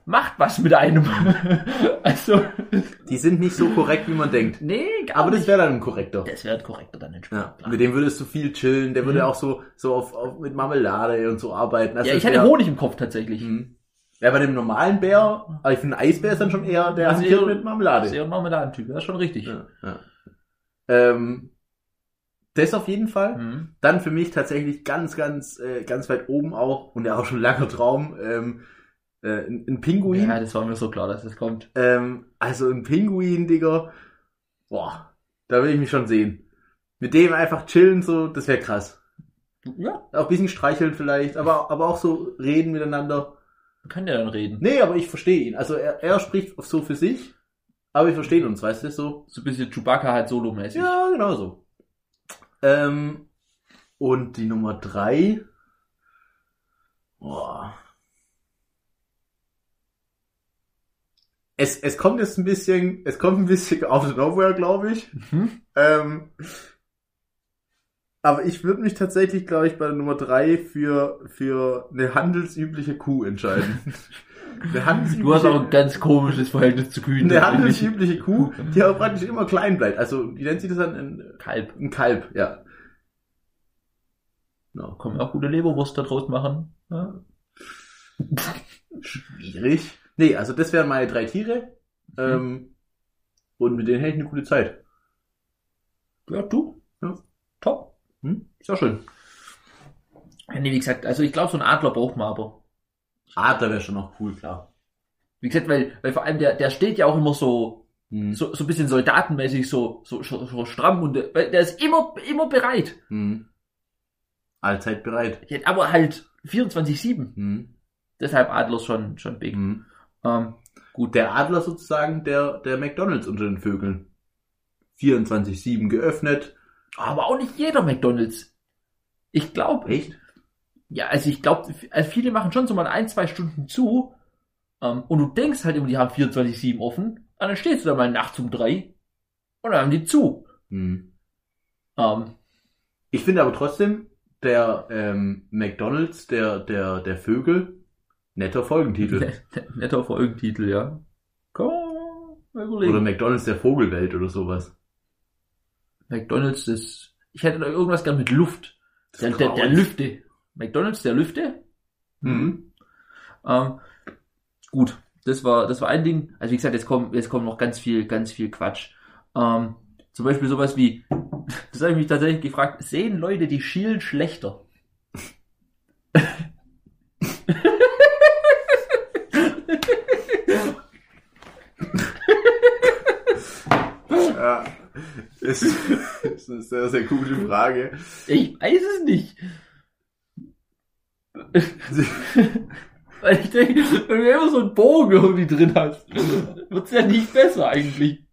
A: macht was mit einem. also,
B: Die sind nicht so korrekt, wie man denkt.
A: nee, gar
B: Aber
A: nicht.
B: das wäre dann ein korrekter.
A: das wäre korrekter dann entsprechend.
B: Ja, mit dem würdest du viel chillen, der würde
A: Mhm.
B: auch so, so auf, auf, mit Marmelade und so arbeiten. Also
A: Ja,
B: das
A: ich hatte
B: wär-
A: Honig im Kopf tatsächlich.
B: Mhm. Ja, bei dem normalen Bär, aber ich finde, ein Eisbär ist dann schon eher der
A: Also
B: hantiert
A: eher-
B: mit Marmelade.
A: Sehr Marmeladentyp, das ist schon richtig.
B: Ja, ja. Ähm, das auf jeden Fall.
A: Mhm.
B: Dann für mich tatsächlich ganz, ganz, äh, ganz weit oben auch und ja auch schon langer Traum. Ähm, äh, ein, ein Pinguin.
A: Ja, das war mir so klar, dass das kommt.
B: Ähm, also ein Pinguin, Digga. Boah, da will ich mich schon sehen. Mit dem einfach chillen, so, das wäre krass.
A: Ja,
B: Auch ein bisschen streicheln vielleicht, aber, aber auch so reden miteinander.
A: man kann ja dann reden.
B: Nee, aber ich verstehe ihn. Also er, er spricht so für sich, aber wir verstehen uns, weißt du, so.
A: So ein bisschen Chewbacca halt solomäßig.
B: Ja, genau so. Ähm, und die Nummer drei. Boah. Es, es kommt jetzt ein bisschen, es kommt ein bisschen (laughs) out of nowhere, glaube ich.
A: Mhm.
B: Ähm, aber ich würde mich tatsächlich, glaube ich, bei der Nummer drei für, für eine handelsübliche Kuh
A: (laughs)
B: entscheiden. eine handelsübliche,
A: Du hast auch ein ganz komisches Verhältnis zu Kühen.
B: eine
A: finde ich.
B: handelsübliche Kuh,
A: ne?
B: die aber praktisch immer klein bleibt. Also, wie nennt sie das dann? Ein,
A: Kalb.
B: ein Kalb, ja. No.
A: Kann man auch gute Leberwurst da draus machen. Ja.
B: Schwierig. Nee, also das wären meine drei Tiere.
A: Mhm.
B: Ähm, und mit denen hätte ich eine gute Zeit.
A: Ja, du.
B: Ja.
A: Top.
B: Hm?
A: Sehr schön. Nee, wie gesagt, also ich glaube, so einen Adler braucht man aber.
B: Adler wäre schon noch cool, klar.
A: Wie gesagt, weil, weil vor allem der, der steht ja auch immer so,
B: Hm.
A: so, so ein bisschen soldatenmäßig, so, so, so, so stramm und der, weil der ist immer, immer bereit. Mhm.
B: Hm. Allzeit bereit.
A: Ja, Aber halt 24-7.
B: Hm.
A: Deshalb Adler schon, schon big.
B: Hm.
A: Ähm,
B: Gut, der Adler sozusagen der, der McDonalds unter den Vögeln. 24-7 geöffnet.
A: aber auch nicht jeder McDonalds. Ich glaube,
B: Echt?
A: ja, also ich glaube, also viele machen schon so mal ein, zwei Stunden zu. Ähm, und du denkst halt immer, die haben 24-7 offen. Und dann stehst du da mal nachts um drei. Und dann haben die zu.
B: Hm.
A: Mhm. Ähm,
B: Ich finde aber trotzdem, der ähm, McDonalds, der, der, der Vögel, netter Folgentitel.
A: (laughs) netter Folgentitel, ja. Komm, mal überlegen.
B: oder ne- McDonalds der Vogelwelt oder sowas.
A: McDonalds ist, ich hätte da irgendwas gern mit Luft.
B: Das
A: Der, der, der
B: Grauen.
A: Lüfte. McDonalds, der Lüfte?
B: Mhm.
A: Ähm, gut, das war, das war ein Ding. Also wie gesagt, jetzt kommen, jetzt kommen noch ganz viel, ganz viel Quatsch. Ähm, zum Beispiel sowas wie, (laughs) das habe ich mich tatsächlich gefragt, sehen Leute die Schielen schlechter?
B: Ja, das ist eine sehr, sehr coole Frage.
A: Ich weiß es nicht. Weil ich denke, wenn du immer so einen Bogen irgendwie drin hast, wird's ja nicht besser eigentlich.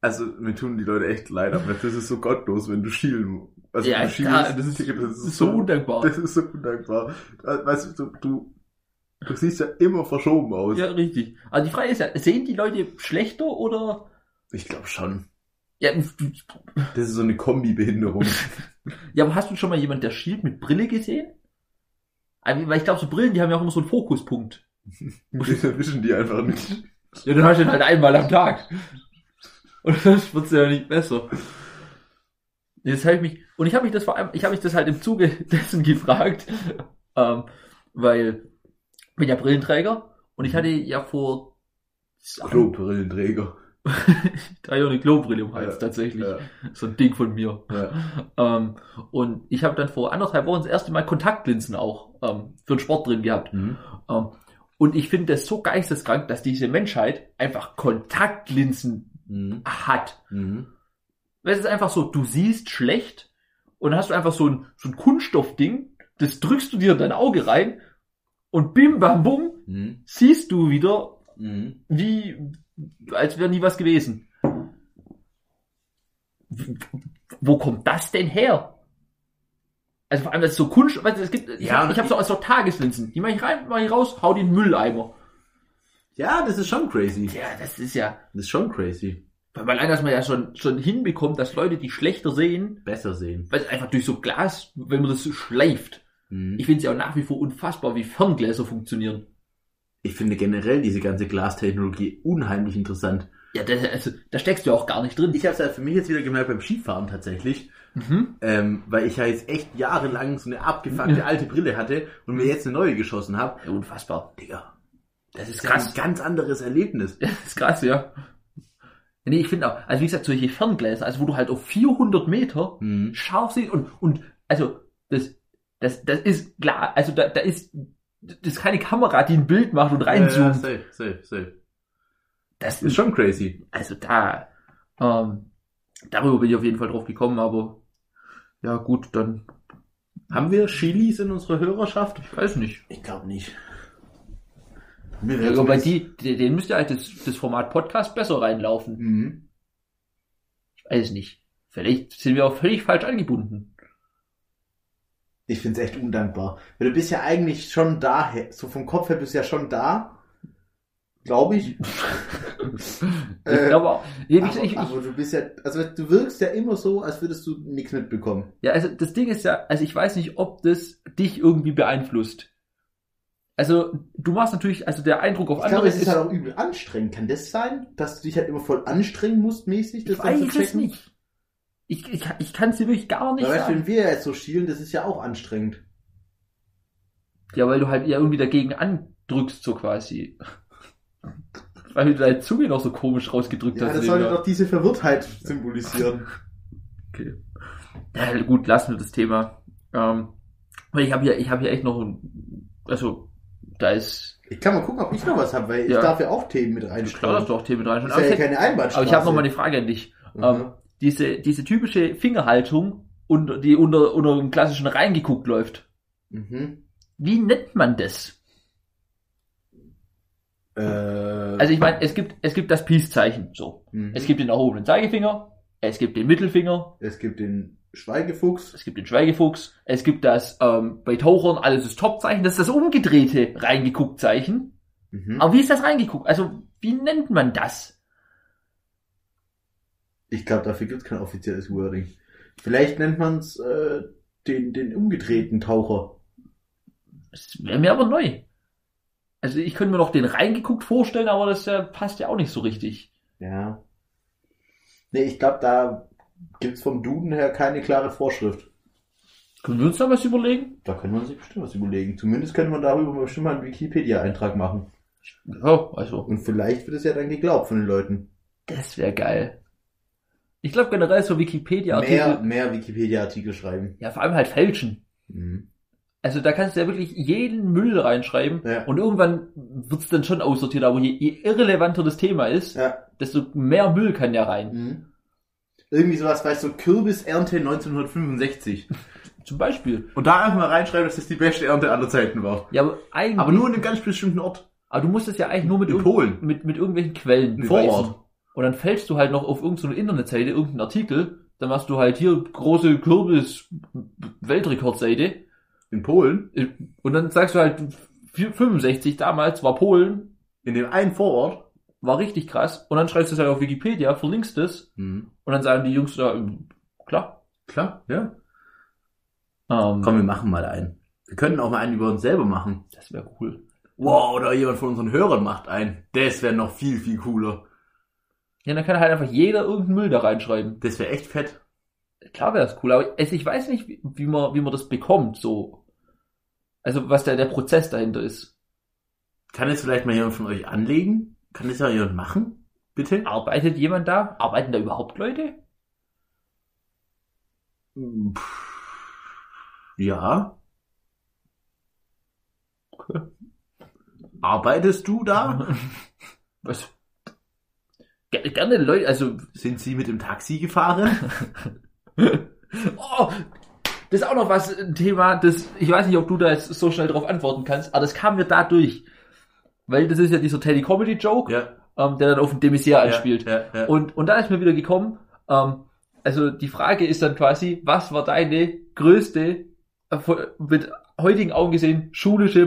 B: Also, mir tun die Leute echt leid, aber das ist so gottlos, wenn du schielen also
A: Ja,
B: du
A: klar,
B: das ist, das
A: Das ist so undankbar.
B: das ist so undankbar. Äh, Weißt du, du, du, du siehst ja immer verschoben aus.
A: Ja, richtig. Also die Frage ist ja, sehen die Leute schlechter oder?
B: Ich glaube schon.
A: Ja, du-
B: Das ist so eine
A: (laughs)
B: Kombi-Behinderung.
A: ja, aber hast du schon mal jemand, der schielt mit Brille gesehen? Also, Weil ich glaube, so Brillen, die haben ja auch immer so einen Fokuspunkt.
B: Wir erwischen die einfach nicht.
A: Ja, du hast den halt einmal am Tag. Und das wird's ja nicht besser. Jetzt habe ich mich, und ich habe mich das vor allem, ich habe mich das halt im Zuge (laughs) dessen gefragt, ähm, weil ich bin ja Brillenträger und ich hatte ja vor
B: Klobbrillenträger.
A: drei Jahren eine Klobrille um den Hals
B: Ja,
A: tatsächlich.
B: Ja,
A: So ein Ding von mir.
B: ja.
A: (laughs) Ähm, und ich habe dann vor anderthalb Wochen das erste Mal Kontaktlinsen auch ähm, für den Sport drin gehabt.
B: Mhm.
A: Ähm, und ich finde das so geisteskrank, dass diese Menschheit einfach Kontaktlinsen
B: Mhm.
A: hat.
B: Mhm.
A: Weil Es ist einfach so, du siehst schlecht und dann hast du einfach so ein, so ein Kunststoffding, das drückst du dir in dein Auge rein und bim bam bum
B: Mhm.
A: siehst du wieder
B: Mhm.
A: wie, als wäre nie was gewesen. W- Wo kommt das denn her? Also vor allem, das ist so Kunst, weißt du, es gibt, ich
B: Ja,
A: hab- ich habe so, so Tageslinsen, die mache ich rein, mache ich raus, hau die in den Mülleimer.
B: Ja, das ist schon crazy.
A: Ja, das ist ja,
B: Das ist schon crazy.
A: weil allein, dass man ja schon, schon hinbekommt, dass Leute, die schlechter sehen,
B: Besser sehen.
A: weil es einfach durch so Glas, wenn man das so schleift.
B: Mhm.
A: Ich
B: Ich,
A: finde es ja auch nach wie vor unfassbar, wie Ferngläser funktionieren.
B: ich finde generell diese ganze Glastechnologie unheimlich interessant.
A: Ja, das, also, da steckst du ja auch gar nicht drin.
B: Ich habe es ja für mich jetzt wieder gemerkt beim Skifahren tatsächlich,
A: Mhm.
B: ähm, weil ich ja jetzt echt jahrelang so eine abgefuckte alte Brille hatte und mir jetzt eine neue geschossen habe.
A: Ja, unfassbar.
B: Digga,
A: Das ist
B: das ist ein ganz anderes Erlebnis.
A: Das ist krass, ja. Nee, ich finde auch, also wie gesagt, solche Ferngläser, also wo du halt auf 400 Meter
B: Mhm.
A: scharf siehst und, und also das, das, das ist klar, also da, da ist, das ist keine Kamera, die ein Bild macht und
B: Äh, Ja,
A: reinzoomt.
B: safe, safe, safe.
A: Das
B: Ist
A: ist,
B: schon crazy.
A: also da, ähm, darüber bin ich auf jeden Fall drauf gekommen, aber ja gut, dann,
B: Haben wir Chilis in unserer Hörerschaft?
A: ich weiß nicht.
B: Ich glaube nicht. Mir
A: Ja, aber bei die, die- denen müsste halt das, das Format Podcast besser reinlaufen.
B: Mhm.
A: Ich weiß nicht. Vielleicht sind wir auch völlig falsch angebunden.
B: Ich finde es echt undankbar. Weil du bist ja eigentlich schon da, so vom Kopf her bist du ja schon da, glaube ich. Äh,
A: aber, nee, wie
B: aber,
A: gesagt, ich, ich,
B: aber du bist ja, also du wirkst ja immer so, als würdest du nichts mitbekommen.
A: Ja, also das Ding ist ja, also ich weiß nicht, ob das dich irgendwie beeinflusst. Also du machst natürlich, also der Eindruck auf
B: Ich glaube,
A: andere
B: es ist halt auch übel anstrengend. Kann das sein, dass du dich halt immer voll anstrengen musst, mäßig? dann
A: ich
B: zu
A: weiß es
B: checken?
A: nicht. Ich, ich, ich kann es dir wirklich gar nicht
B: Weil weißt du, wenn
A: sagen.
B: wir jetzt so schielen, das ist ja auch anstrengend.
A: Ja, weil du halt ja irgendwie dagegen andrückst, so quasi. (laughs) Weil du deine Zunge noch so komisch rausgedrückt
B: Ja,
A: hast.
B: das
A: eben,
B: sollte
A: ja.
B: doch diese Verwirrtheit
A: (laughs)
B: symbolisieren.
A: Okay. Ja, gut, lassen wir das Thema. Ähm, Weil ich habe hier, ich habe hier echt noch, ein- also da ist,
B: Ich kann mal gucken, ob ich noch was habe, weil
A: Ja.
B: ich darf ja auch Themen mit
A: ich glaube, dass
B: reinschreiben.
A: du auch Themen rein.
B: Das
A: Aber
B: ist ja
A: ich, hätte-
B: keine Einbahnstraße.
A: aber ich habe noch mal die Frage an dich.
B: Mhm.
A: Ähm, diese, diese typische Fingerhaltung, unter, die unter, unter dem klassischen reingeguckt läuft. Ähm,
B: Mhm.
A: Wie nennt man das?
B: Äh,
A: Also ich meine, es gibt, es gibt das Peace-Zeichen, so.
B: mhm.
A: Es gibt den erhobenen Zeigefinger, es gibt den Mittelfinger,
B: es gibt den Schweigefuchs.
A: es gibt den Schweigefuchs, es gibt das ähm, bei Tauchern alles ist Top-Zeichen, das ist das umgedrehte Reingeguckt-Zeichen.
B: Mhm.
A: Aber wie ist das reingeguckt? Also wie nennt man das?
B: Ich glaube, dafür gibt es kein offizielles Wording. Vielleicht nennt man es äh, den, den umgedrehten Taucher.
A: Das wäre mir aber neu. Also ich könnte mir noch den reingeguckt vorstellen, aber das äh, passt ja auch nicht so richtig.
B: Ja. Nee, ich glaube, da gibt es vom Duden her keine klare Vorschrift.
A: Können wir uns da was überlegen?
B: Da können wir sich bestimmt was überlegen. Zumindest können wir darüber bestimmt mal einen Wikipedia-Eintrag machen.
A: Ja, also
B: Und vielleicht wird es ja dann geglaubt von den Leuten.
A: das wäre geil. Ich glaube generell so
B: mehr
A: Wikipedia-Artikel,
B: mehr Wikipedia-Artikel schreiben.
A: ja vor allem halt fälschen.
B: Mhm.
A: Also da kannst du ja wirklich jeden Müll reinschreiben
B: Ja.
A: und irgendwann wird's dann schon aussortiert, aber je, je irrelevanter das Thema ist,
B: Ja.
A: desto mehr Müll kann ja rein.
B: Mhm. Irgendwie sowas, weißt du, Kürbisernte 1965.
A: Zum Beispiel.
B: Und da einfach mal reinschreiben, dass das die beste Ernte aller Zeiten war.
A: Ja, aber, eigentlich,
B: Aber nur in einem ganz bestimmten Ort.
A: aber du musst es ja eigentlich nur mit,
B: In
A: irgend-
B: Polen.
A: mit, mit irgendwelchen Quellen
B: Ein
A: beweisen.
B: Vorort.
A: Und dann fällst du halt noch auf irgendeine Internetseite irgendeinen Artikel, dann machst du halt hier große Kürbis-Weltrekordseite
B: In Polen?
A: und dann sagst du halt 65 damals war Polen,
B: In dem einen Vorort?
A: war richtig krass und dann schreibst du es halt auf Wikipedia, verlinkst es
B: Mhm.
A: Und dann sagen die Jungs da, ähm, klar.
B: Klar, ja.
A: Ähm,
B: Komm, wir machen mal einen. Wir könnten auch mal einen über uns selber machen.
A: Das wäre cool.
B: Wow, oder jemand von unseren Hörern macht einen. Das wäre noch viel, viel cooler.
A: Ja, dann kann halt einfach jeder irgendeinen Müll da reinschreiben.
B: Das wäre echt fett.
A: Klar wäre das cool, aber es, ich weiß nicht, wie, wie, man, wie man das bekommt, so. Also was da der Prozess dahinter ist.
B: Kann es vielleicht mal jemand von euch anlegen? Kann es ja jemand machen? Bitte?
A: Arbeitet jemand da? Arbeiten da überhaupt Leute?
B: Ja. (laughs) Arbeitest du da?
A: (laughs) Was? Ger- Gerne Leute, also.
B: Sind sie mit dem Taxi (laughs) gefahren?
A: Oh, das ist auch noch was, ein Thema, das, ich weiß nicht, ob du da jetzt so schnell drauf antworten kannst, aber das kam mir dadurch. Weil das ist ja dieser Teddy-Comedy-Joke,
B: Ja.
A: ähm, der dann auf den Demisier anspielt.
B: Ja, ja, ja.
A: Und, und da ist mir wieder gekommen, ähm, also die Frage ist dann quasi, was war deine größte, Erfol- mit heutigen Augen gesehen, schulische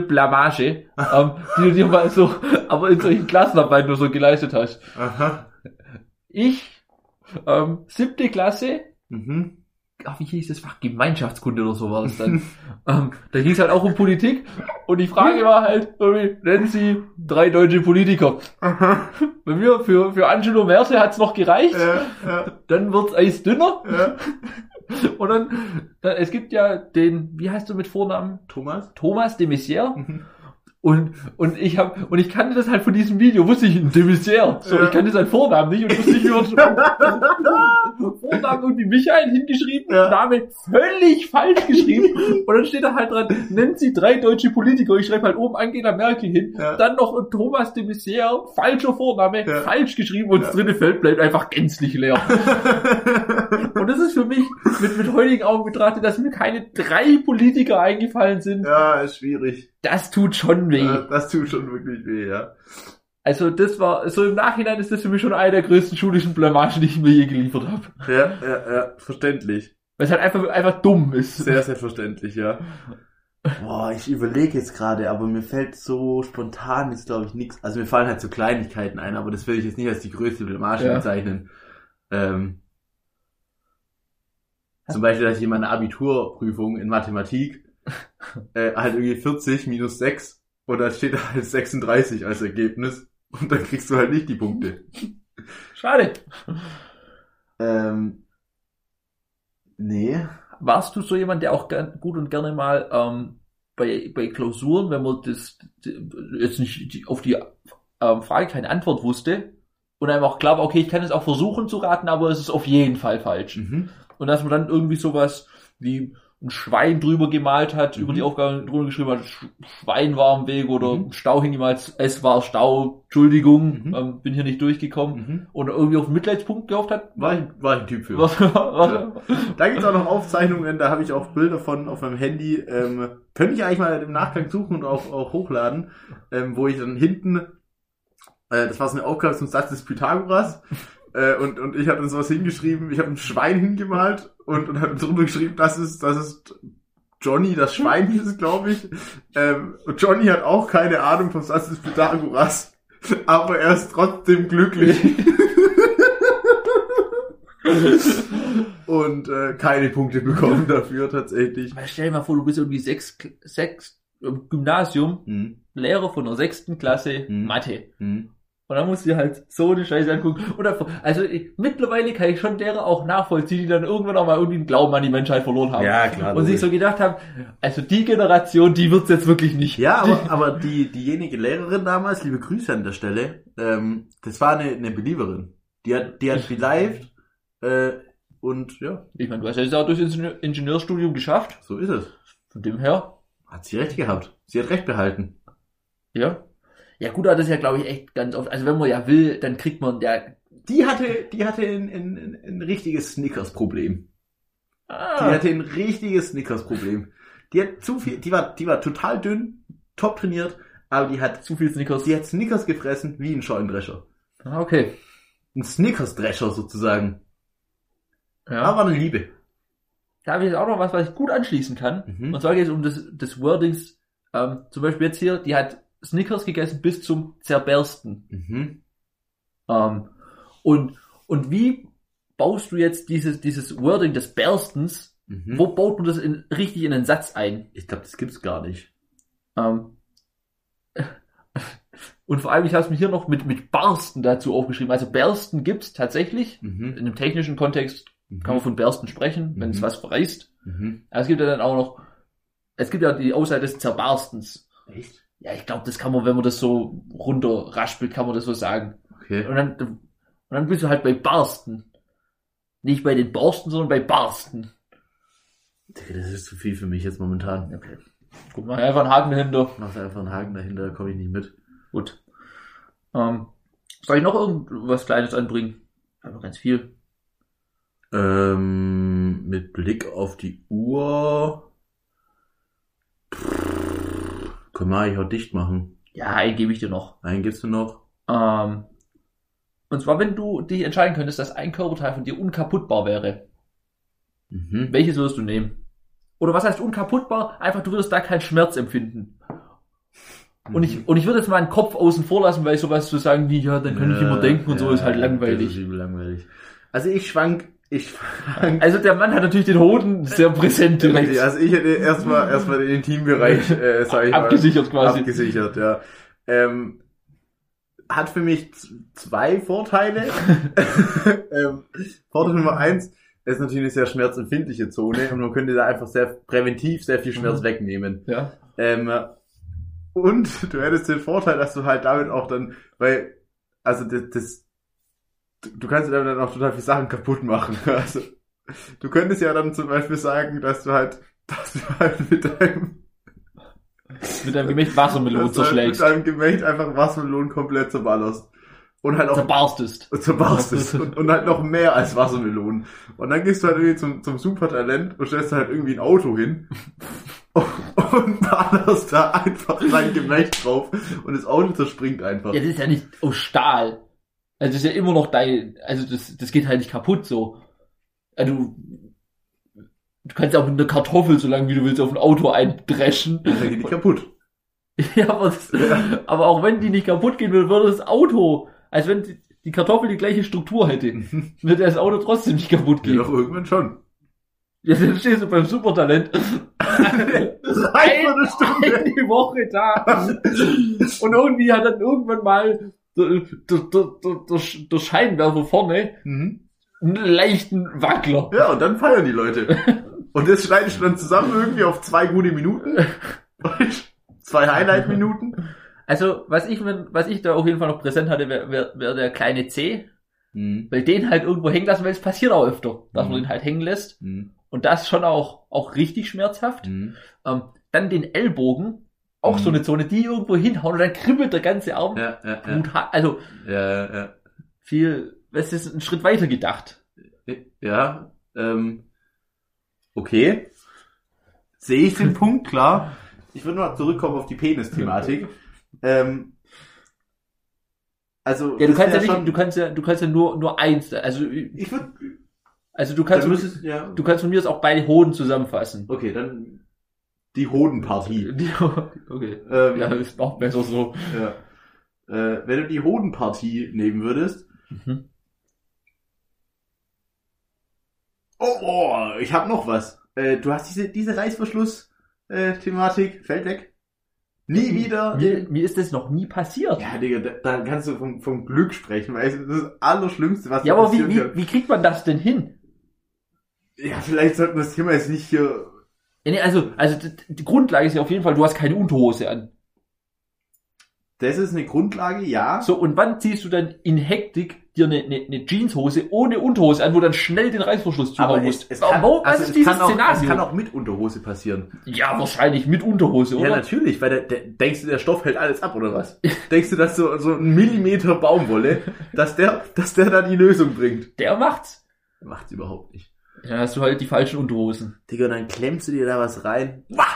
B: (laughs)
A: Blamage, ähm, die du dir mal so, aber in solchen Klassenarbeiten nur so geleistet hast.
B: Aha.
A: Ich, ähm, siebte Klasse,
B: Mhm.
A: ach, wie hieß das Fach? Gemeinschaftskunde oder so war das dann. (laughs) ähm, da ging es halt auch um Politik und die Frage war halt, irgendwie, nennen Sie drei deutsche Politiker.
B: Aha.
A: Bei mir, für, für Angelo Merte hat's noch gereicht,
B: Ja, ja,
A: dann wird's eisdünner.
B: ja.
A: Und dann, dann, es gibt ja den, wie heißt du mit Vornamen?
B: Thomas?
A: Thomas de Maizière.
B: Mhm.
A: Und, und ich hab, und ich kannte das halt von diesem Video, wusste ich, de Maizière. So,
B: Ja.
A: ich kannte seinen Vornamen nicht und wusste nicht, wie
B: (laughs)
A: man Vornamen irgendwie Michael hingeschrieben,
B: Ja.
A: Name völlig
B: (laughs)
A: falsch geschrieben. Und dann steht da halt dran, nennt sie drei deutsche Politiker. Ich schreibe halt oben Angela Merkel hin.
B: Ja.
A: Dann noch Thomas de Maizière, falscher Vorname,
B: Ja.
A: falsch geschrieben und das dritte Feld bleibt einfach gänzlich leer. Und das ist für mich mit, mit heutigen Augen betrachtet, dass mir keine drei Politiker eingefallen
B: (laughs)
A: sind.
B: ja, ist schwierig.
A: Das tut schon weh.
B: Ja, Das tut schon wirklich weh, ja.
A: Also das war, so im Nachhinein ist das für mich schon eine der größten schulischen Blamagen, die ich mir je geliefert habe.
B: Ja, ja, ja, verständlich.
A: Weil es halt einfach, einfach dumm ist.
B: Sehr, sehr verständlich, ja. Boah, ich überlege jetzt gerade, aber mir fällt so spontan jetzt, glaube ich, nichts. Also mir fallen halt so Kleinigkeiten ein, aber das will ich jetzt nicht als die größte Blamage
A: Ja.
B: bezeichnen. Ähm, zum Beispiel, dass ich in meiner Abiturprüfung in Mathematik äh, halt irgendwie 40 minus 6 und dann steht da halt 36 als Ergebnis und dann kriegst du halt nicht die Punkte.
A: Schade.
B: Ähm, nee.
A: Warst du so jemand, der auch gern, gut und gerne mal ähm, bei, bei Klausuren, wenn man das d- jetzt nicht die, auf die ähm, Frage keine Antwort wusste und einem auch klar war, okay, ich kann es auch versuchen zu raten, aber es ist auf jeden Fall falsch.
B: Mhm.
A: Und dass man dann irgendwie sowas wie ein Schwein drüber gemalt hat,
B: Mhm.
A: über die Aufgabe drüber geschrieben hat, Sch Schwein war am Weg oder
B: Mhm.
A: Stau hing ihm als es war Stau, Entschuldigung,
B: Mhm.
A: ähm, bin hier nicht durchgekommen.
B: Mhm.
A: Und irgendwie auf einen Mitleidspunkt gehofft hat.
B: War, ich, war ich ein Typ für.
A: Was, was,
B: (laughs) Da gibt's auch noch Aufzeichnungen, da habe ich auch Bilder von auf meinem Handy. Ähm, könnte ich eigentlich mal im Nachgang suchen und auch, auch hochladen, ähm, wo ich dann hinten, äh, das war so eine Aufgabe zum Satz des (laughs) Pythagoras, äh, und, und ich habe dann sowas hingeschrieben, ich habe ein Schwein hingemalt und, und habe drunter geschrieben, das ist, das ist Johnny, das Schwein hieß es, glaube ich. Ähm, und Johnny hat auch keine Ahnung vom Satz des Pythagoras, (laughs) aber er ist trotzdem (laughs) glücklich. und äh, keine Punkte bekommen dafür tatsächlich.
A: Weil stell dir mal vor, du bist irgendwie sechs, Kl- sechs im Gymnasium,
B: Mhm.
A: Lehrer von der sechsten Klasse,
B: Mhm.
A: Mathe.
B: Mhm.
A: Und dann musst du dir halt so eine Scheiße angucken. Und einfach, also ich, mittlerweile kann ich schon derer auch nachvollziehen, die dann irgendwann auch mal irgendwie den Glauben an die Menschheit verloren haben.
B: Ja, klar.
A: und sich so gedacht haben, also die Generation, die wird's jetzt wirklich nicht.
B: ja, aber, aber die, diejenige Lehrerin damals, liebe Grüße an der Stelle, ähm, das war eine, eine Believerin. Die hat, die hat geliked äh, und ja,
A: (laughs) Ich meine, du hast ja das auch durch Ingenieur Ingenieurstudium geschafft.
B: so ist es.
A: Von dem her,
B: Hat sie recht gehabt. Sie hat recht behalten.
A: ja. Ja gut, aber das ist ja glaube ich echt ganz oft. Also wenn man ja will, dann kriegt man ja.
B: Die hatte, die hatte ein, ein, ein- ein richtiges Snickers-Problem. Die
A: Ah,
B: hatte ein richtiges Snickers-Problem. Die hat zu viel, die war, die war total dünn, top trainiert, aber die hat
A: zu viel Snickers.
B: Sie hat Snickers gefressen wie ein Scheunendrescher.
A: Ah, Okay.
B: Ein Snickers-Drescher sozusagen.
A: Ja.
B: Aber eine Liebe.
A: Da habe ich jetzt auch noch was, was ich gut anschließen kann.
B: Mhm.
A: Und zwar geht es um das, das Wordings. Ähm, zum Beispiel jetzt hier, die hat Snickers gegessen bis zum Zerbersten.
B: Mhm.
A: Ähm, und, und wie baust du jetzt dieses, dieses Wording des Berstens,
B: Mhm.
A: wo baut man das in, richtig in einen Satz ein?
B: Ich glaube, das gibt's gar nicht.
A: Ähm, und vor allem, ich habe es mir hier noch mit, mit Barsten dazu aufgeschrieben. Also Bersten gibt's tatsächlich. In
B: Mhm.
A: einem technischen Kontext kann man
B: Mhm.
A: von Bersten sprechen, wenn es
B: Mhm.
A: was reißt.
B: Mhm.
A: Aber es gibt ja dann auch noch, es gibt ja die Aussage des Zerbarstens.
B: Echt?
A: Ja, ich glaube, das kann man, wenn man das so runterraspelt, kann man das so sagen.
B: Okay.
A: Und dann, und dann bist du halt bei Barsten. Nicht bei den Borsten, sondern bei Barsten.
B: Digga, Das ist zu viel für mich jetzt momentan.
A: Okay. Gut, mach einfach einen Haken dahinter.
B: Mach einfach einen Haken dahinter, da komme ich nicht mit.
A: Gut. Ähm, soll ich noch irgendwas Kleines anbringen? Aber ganz viel.
B: Ähm, mit Blick auf die Uhr. Pff, können wir eigentlich auch dicht machen.
A: Ja, einen gebe ich dir noch.
B: Einen gibst du noch.
A: Ähm, und zwar, wenn du dich entscheiden könntest, dass ein Körperteil von dir unkaputtbar wäre,
B: Mhm.
A: Welches würdest du nehmen? Oder was heißt unkaputtbar? Einfach, du würdest da keinen Schmerz empfinden. Und
B: Mhm.
A: ich, und ich würde jetzt mal einen Kopf außen vor lassen, weil sowas zu sagen wie, ja, dann kann ich
B: Ja,
A: immer denken und so
B: Äh, ja,
A: ist halt
B: Das ist
A: langweilig.
B: übel langweilig. Also ich schwank, ich schwank
A: Also der Mann hat natürlich den Hoden sehr präsent direkt
B: Richtig, (laughs) also ich hätte erstmal erstmal den Intimbereich, äh, sag ich
A: abgesichert
B: mal,
A: quasi.
B: abgesichert, ja. Ähm, hat für mich z- zwei
A: (laughs)
B: Vorteile. ähm, Vorteil Nummer eins ist natürlich eine sehr schmerzempfindliche Zone und man könnte da einfach sehr präventiv sehr viel Schmerz
A: Mhm.
B: wegnehmen.
A: Ja.
B: Ähm, und du hättest den Vorteil, dass du halt damit auch dann, weil, also das, das du, du kannst damit dann auch total viele Sachen kaputt machen. (laughs) Also, du könntest ja dann zum Beispiel sagen, dass du halt, dass du halt mit deinem,
A: Mit deinem Gemächt Wassermelon
B: dass du halt mit
A: zerschlägst.
B: deinem Gemächt einfach Wassermelonen komplett zerballerst. Und halt auch
A: Zerbarstest.
B: zerbarst es. Und, und halt noch mehr als Wassermelonen. Und dann gehst du halt irgendwie zum, zum Supertalent und stellst halt irgendwie ein Auto hin. (laughs) Und ballerst da einfach dein Gemächt drauf und das Auto zerspringt einfach.
A: Ja, das ist ja nicht aus Stahl. Also das ist ja immer noch dein, also das, das geht halt nicht kaputt so. Also du, du kannst ja auch mit einer Kartoffel, so lange wie du willst, auf ein Auto eindreschen.
B: Dann geht die kaputt.
A: Ja, aber, das, aber auch wenn die nicht kaputt gehen würde, würde das Auto, als wenn die- die Kartoffel die gleiche Struktur (laughs) hätte, würde das Auto trotzdem nicht kaputt
B: Geht
A: gehen.
B: doch irgendwann schon.
A: Jetzt stehst du beim (laughs) Supertalent.
B: Das ist einfach eine Stunde.
A: Eine Woche da. Und irgendwie hat dann irgendwann mal der, der, der, der, der Sch- der Scheinwerfer vorne
B: Mhm.
A: einen leichten Wackler.
B: Ja, und dann feiern die Leute. Und das schneide ich dann zusammen irgendwie auf zwei gute Minuten. zwei Highlight-Minuten.
A: Also, was ich, mir- was ich da auf jeden Fall noch präsent hatte, wäre wär, wär der kleine C, weil den halt irgendwo hängen lassen, weil es passiert auch öfter, dass man
B: Mhm.
A: den halt hängen lässt. und das schon auch, auch richtig schmerzhaft.
B: Mhm.
A: Ähm, dann den Ellbogen, auch
B: Mhm.
A: so eine Zone, die irgendwo hinhauen und dann kribbelt der ganze Arm.
B: Ja, ja, ja.
A: Blut, ha- also
B: Ja, ja.
A: viel, es ist ein Schritt weiter gedacht.
B: Ja, ähm, okay. Sehe ich den Punkt, klar. Ich würde noch zurückkommen auf die
A: (laughs)
B: Penis-Thematik. ähm, also,
A: Ja, du
B: das
A: kannst ja,
B: ist
A: nicht, du kannst ja, du kannst ja nur, nur eins, also,
B: ich würde,
A: also du
B: dann
A: kannst,
B: müsstest, ja,
A: du kannst von mir aus auch beide Hoden zusammenfassen.
B: okay, dann die Hodenpartie.
A: (laughs) Die- Okay.
B: Ähm,
A: Ja, ist auch besser so.
B: ja. Äh, wenn du die Hodenpartie nehmen würdest,
A: Mhm.
B: oh, oh ich habe noch was. Äh, du hast diese, diese Reißverschluss-Thematik, fällt weg. Nie
A: Mhm.
B: wieder
A: Mir, mir ist das noch nie passiert. Ja,
B: Ja, Digga, da, da kannst du vom, vom Glück sprechen, weil es ist das Allerschlimmste, was
A: aber wie,
B: passieren
A: wie, wie kriegt man das denn hin?
B: kann. Ja, vielleicht sollten wir das Thema jetzt nicht hier.
A: Ja, nee, Also, also d- die Grundlage ist ja auf jeden Fall, du hast keine Unterhose an.
B: Das ist eine Grundlage, ja.
A: So, und wann ziehst du dann in Hektik dir eine, eine, eine Jeanshose ohne Unterhose an, wo dann schnell den Reißverschluss zuhauen musst? Warum? Was
B: also
A: ist dieses
B: kann auch,
A: Szenario?
B: Es kann auch mit Unterhose passieren.
A: ja, wahrscheinlich mit Unterhose,
B: Ja,
A: oder?
B: natürlich, weil der, der, denkst du, der Stoff hält alles ab, oder was? denkst du, dass so, so ein Millimeter (laughs) Baumwolle, dass der, dass der da die Lösung bringt?
A: Der macht's.
B: Macht's überhaupt nicht.
A: Ja, Dann hast du halt die falschen Unterhosen.
B: Digga, dann klemmst du dir da was rein. Wah!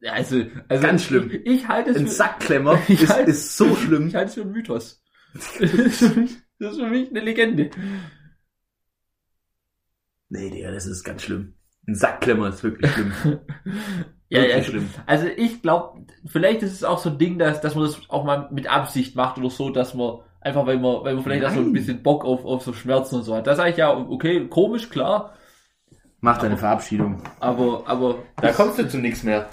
A: Ja, Also, also
B: Ganz schlimm.
A: Ich, ich halte es
B: Ein (laughs)
A: für,
B: Sackklemmer
A: Ja.
B: ist, ist so schlimm.
A: ich halte es für einen Mythos. (laughs) das ist für mich eine Legende.
B: Nee, Digga, das ist ganz schlimm. Ein Sackklemmer ist wirklich (laughs) schlimm.
A: Ja,
B: Wirklich
A: ja,
B: schlimm.
A: Also ich glaube, vielleicht ist es auch so ein Ding, dass, dass man das auch mal mit Absicht macht oder so, dass man einfach, weil man, weil man vielleicht auch so ein
B: Nein.
A: bisschen Bock auf, auf so Schmerzen und so hat. Das sage ich ja, okay, komisch, klar,
B: Mach deine Verabschiedung.
A: aber, aber
B: Da kommst du zu nichts mehr.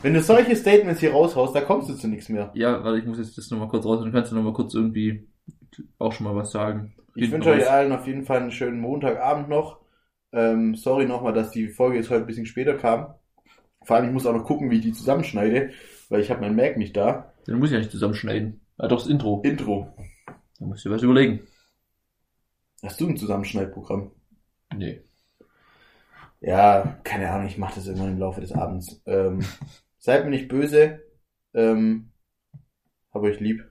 B: Wenn du solche Statements hier raushaust, da kommst du zu nichts mehr.
A: ja, warte, ich muss jetzt das nochmal kurz raus und kannst du nochmal kurz irgendwie auch schon mal was sagen.
B: Ich
A: Hinten
B: wünsche euch
A: raus.
B: allen auf jeden Fall einen schönen Montagabend noch. Ähm, sorry nochmal, dass die Folge jetzt heute ein bisschen später kam. Vor allem, ich muss auch noch gucken, wie ich die zusammenschneide, weil ich habe mein Mac nicht da.
A: Den muss ich ja nicht zusammenschneiden. Ah, doch, das Intro.
B: Intro.
A: Da musst du dir was überlegen.
B: Hast du ein Zusammenschneidprogramm?
A: Nee.
B: Ja, keine Ahnung, ich mache das irgendwann im Laufe des Abends. Ähm, (laughs) seid mir nicht böse. Ähm, hab euch lieb.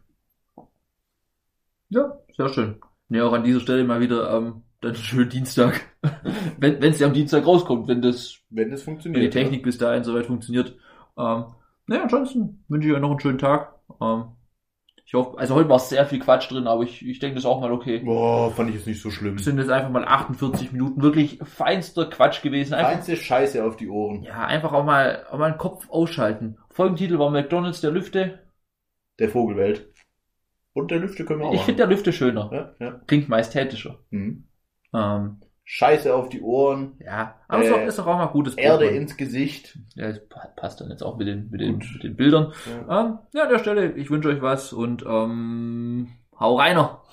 A: Ja, sehr schön. Nee, auch an dieser Stelle mal wieder ähm, dann schönen Dienstag. (laughs) wenn es ja am Dienstag rauskommt, wenn das
B: Wenn es
A: wenn
B: funktioniert. ne?
A: die Technik bis dahin soweit funktioniert. Ähm, naja, ansonsten wünsche ich euch noch einen schönen Tag. Ähm, ich hoffe, also heute war sehr viel Quatsch drin, aber ich, ich denke, das ist auch mal okay.
B: Boah, fand ich jetzt nicht so schlimm.
A: Es sind jetzt einfach mal 48 Minuten wirklich feinster Quatsch gewesen. Einfach,
B: Feinste Scheiße auf die Ohren.
A: ja, einfach auch mal, auch mal den Kopf ausschalten. Folgentitel war McDonalds der Lüfte.
B: Der Vogelwelt. Und der Lüfte können wir auch
A: Ich finde der Lüfte schöner.
B: machen. Ja, ja.
A: Klingt majestätischer.
B: Mhm.
A: Ähm,
B: Scheiße auf die Ohren.
A: ja, aber es ist,
B: Äh,
A: doch- ist doch auch mal gutes
B: Erde
A: Programm.
B: ins Gesicht.
A: Ja, das pa- passt dann jetzt auch mit den, mit den, mit den Bildern. Ähm, ja, an der Stelle, ich wünsche euch was und ähm, hau reiner!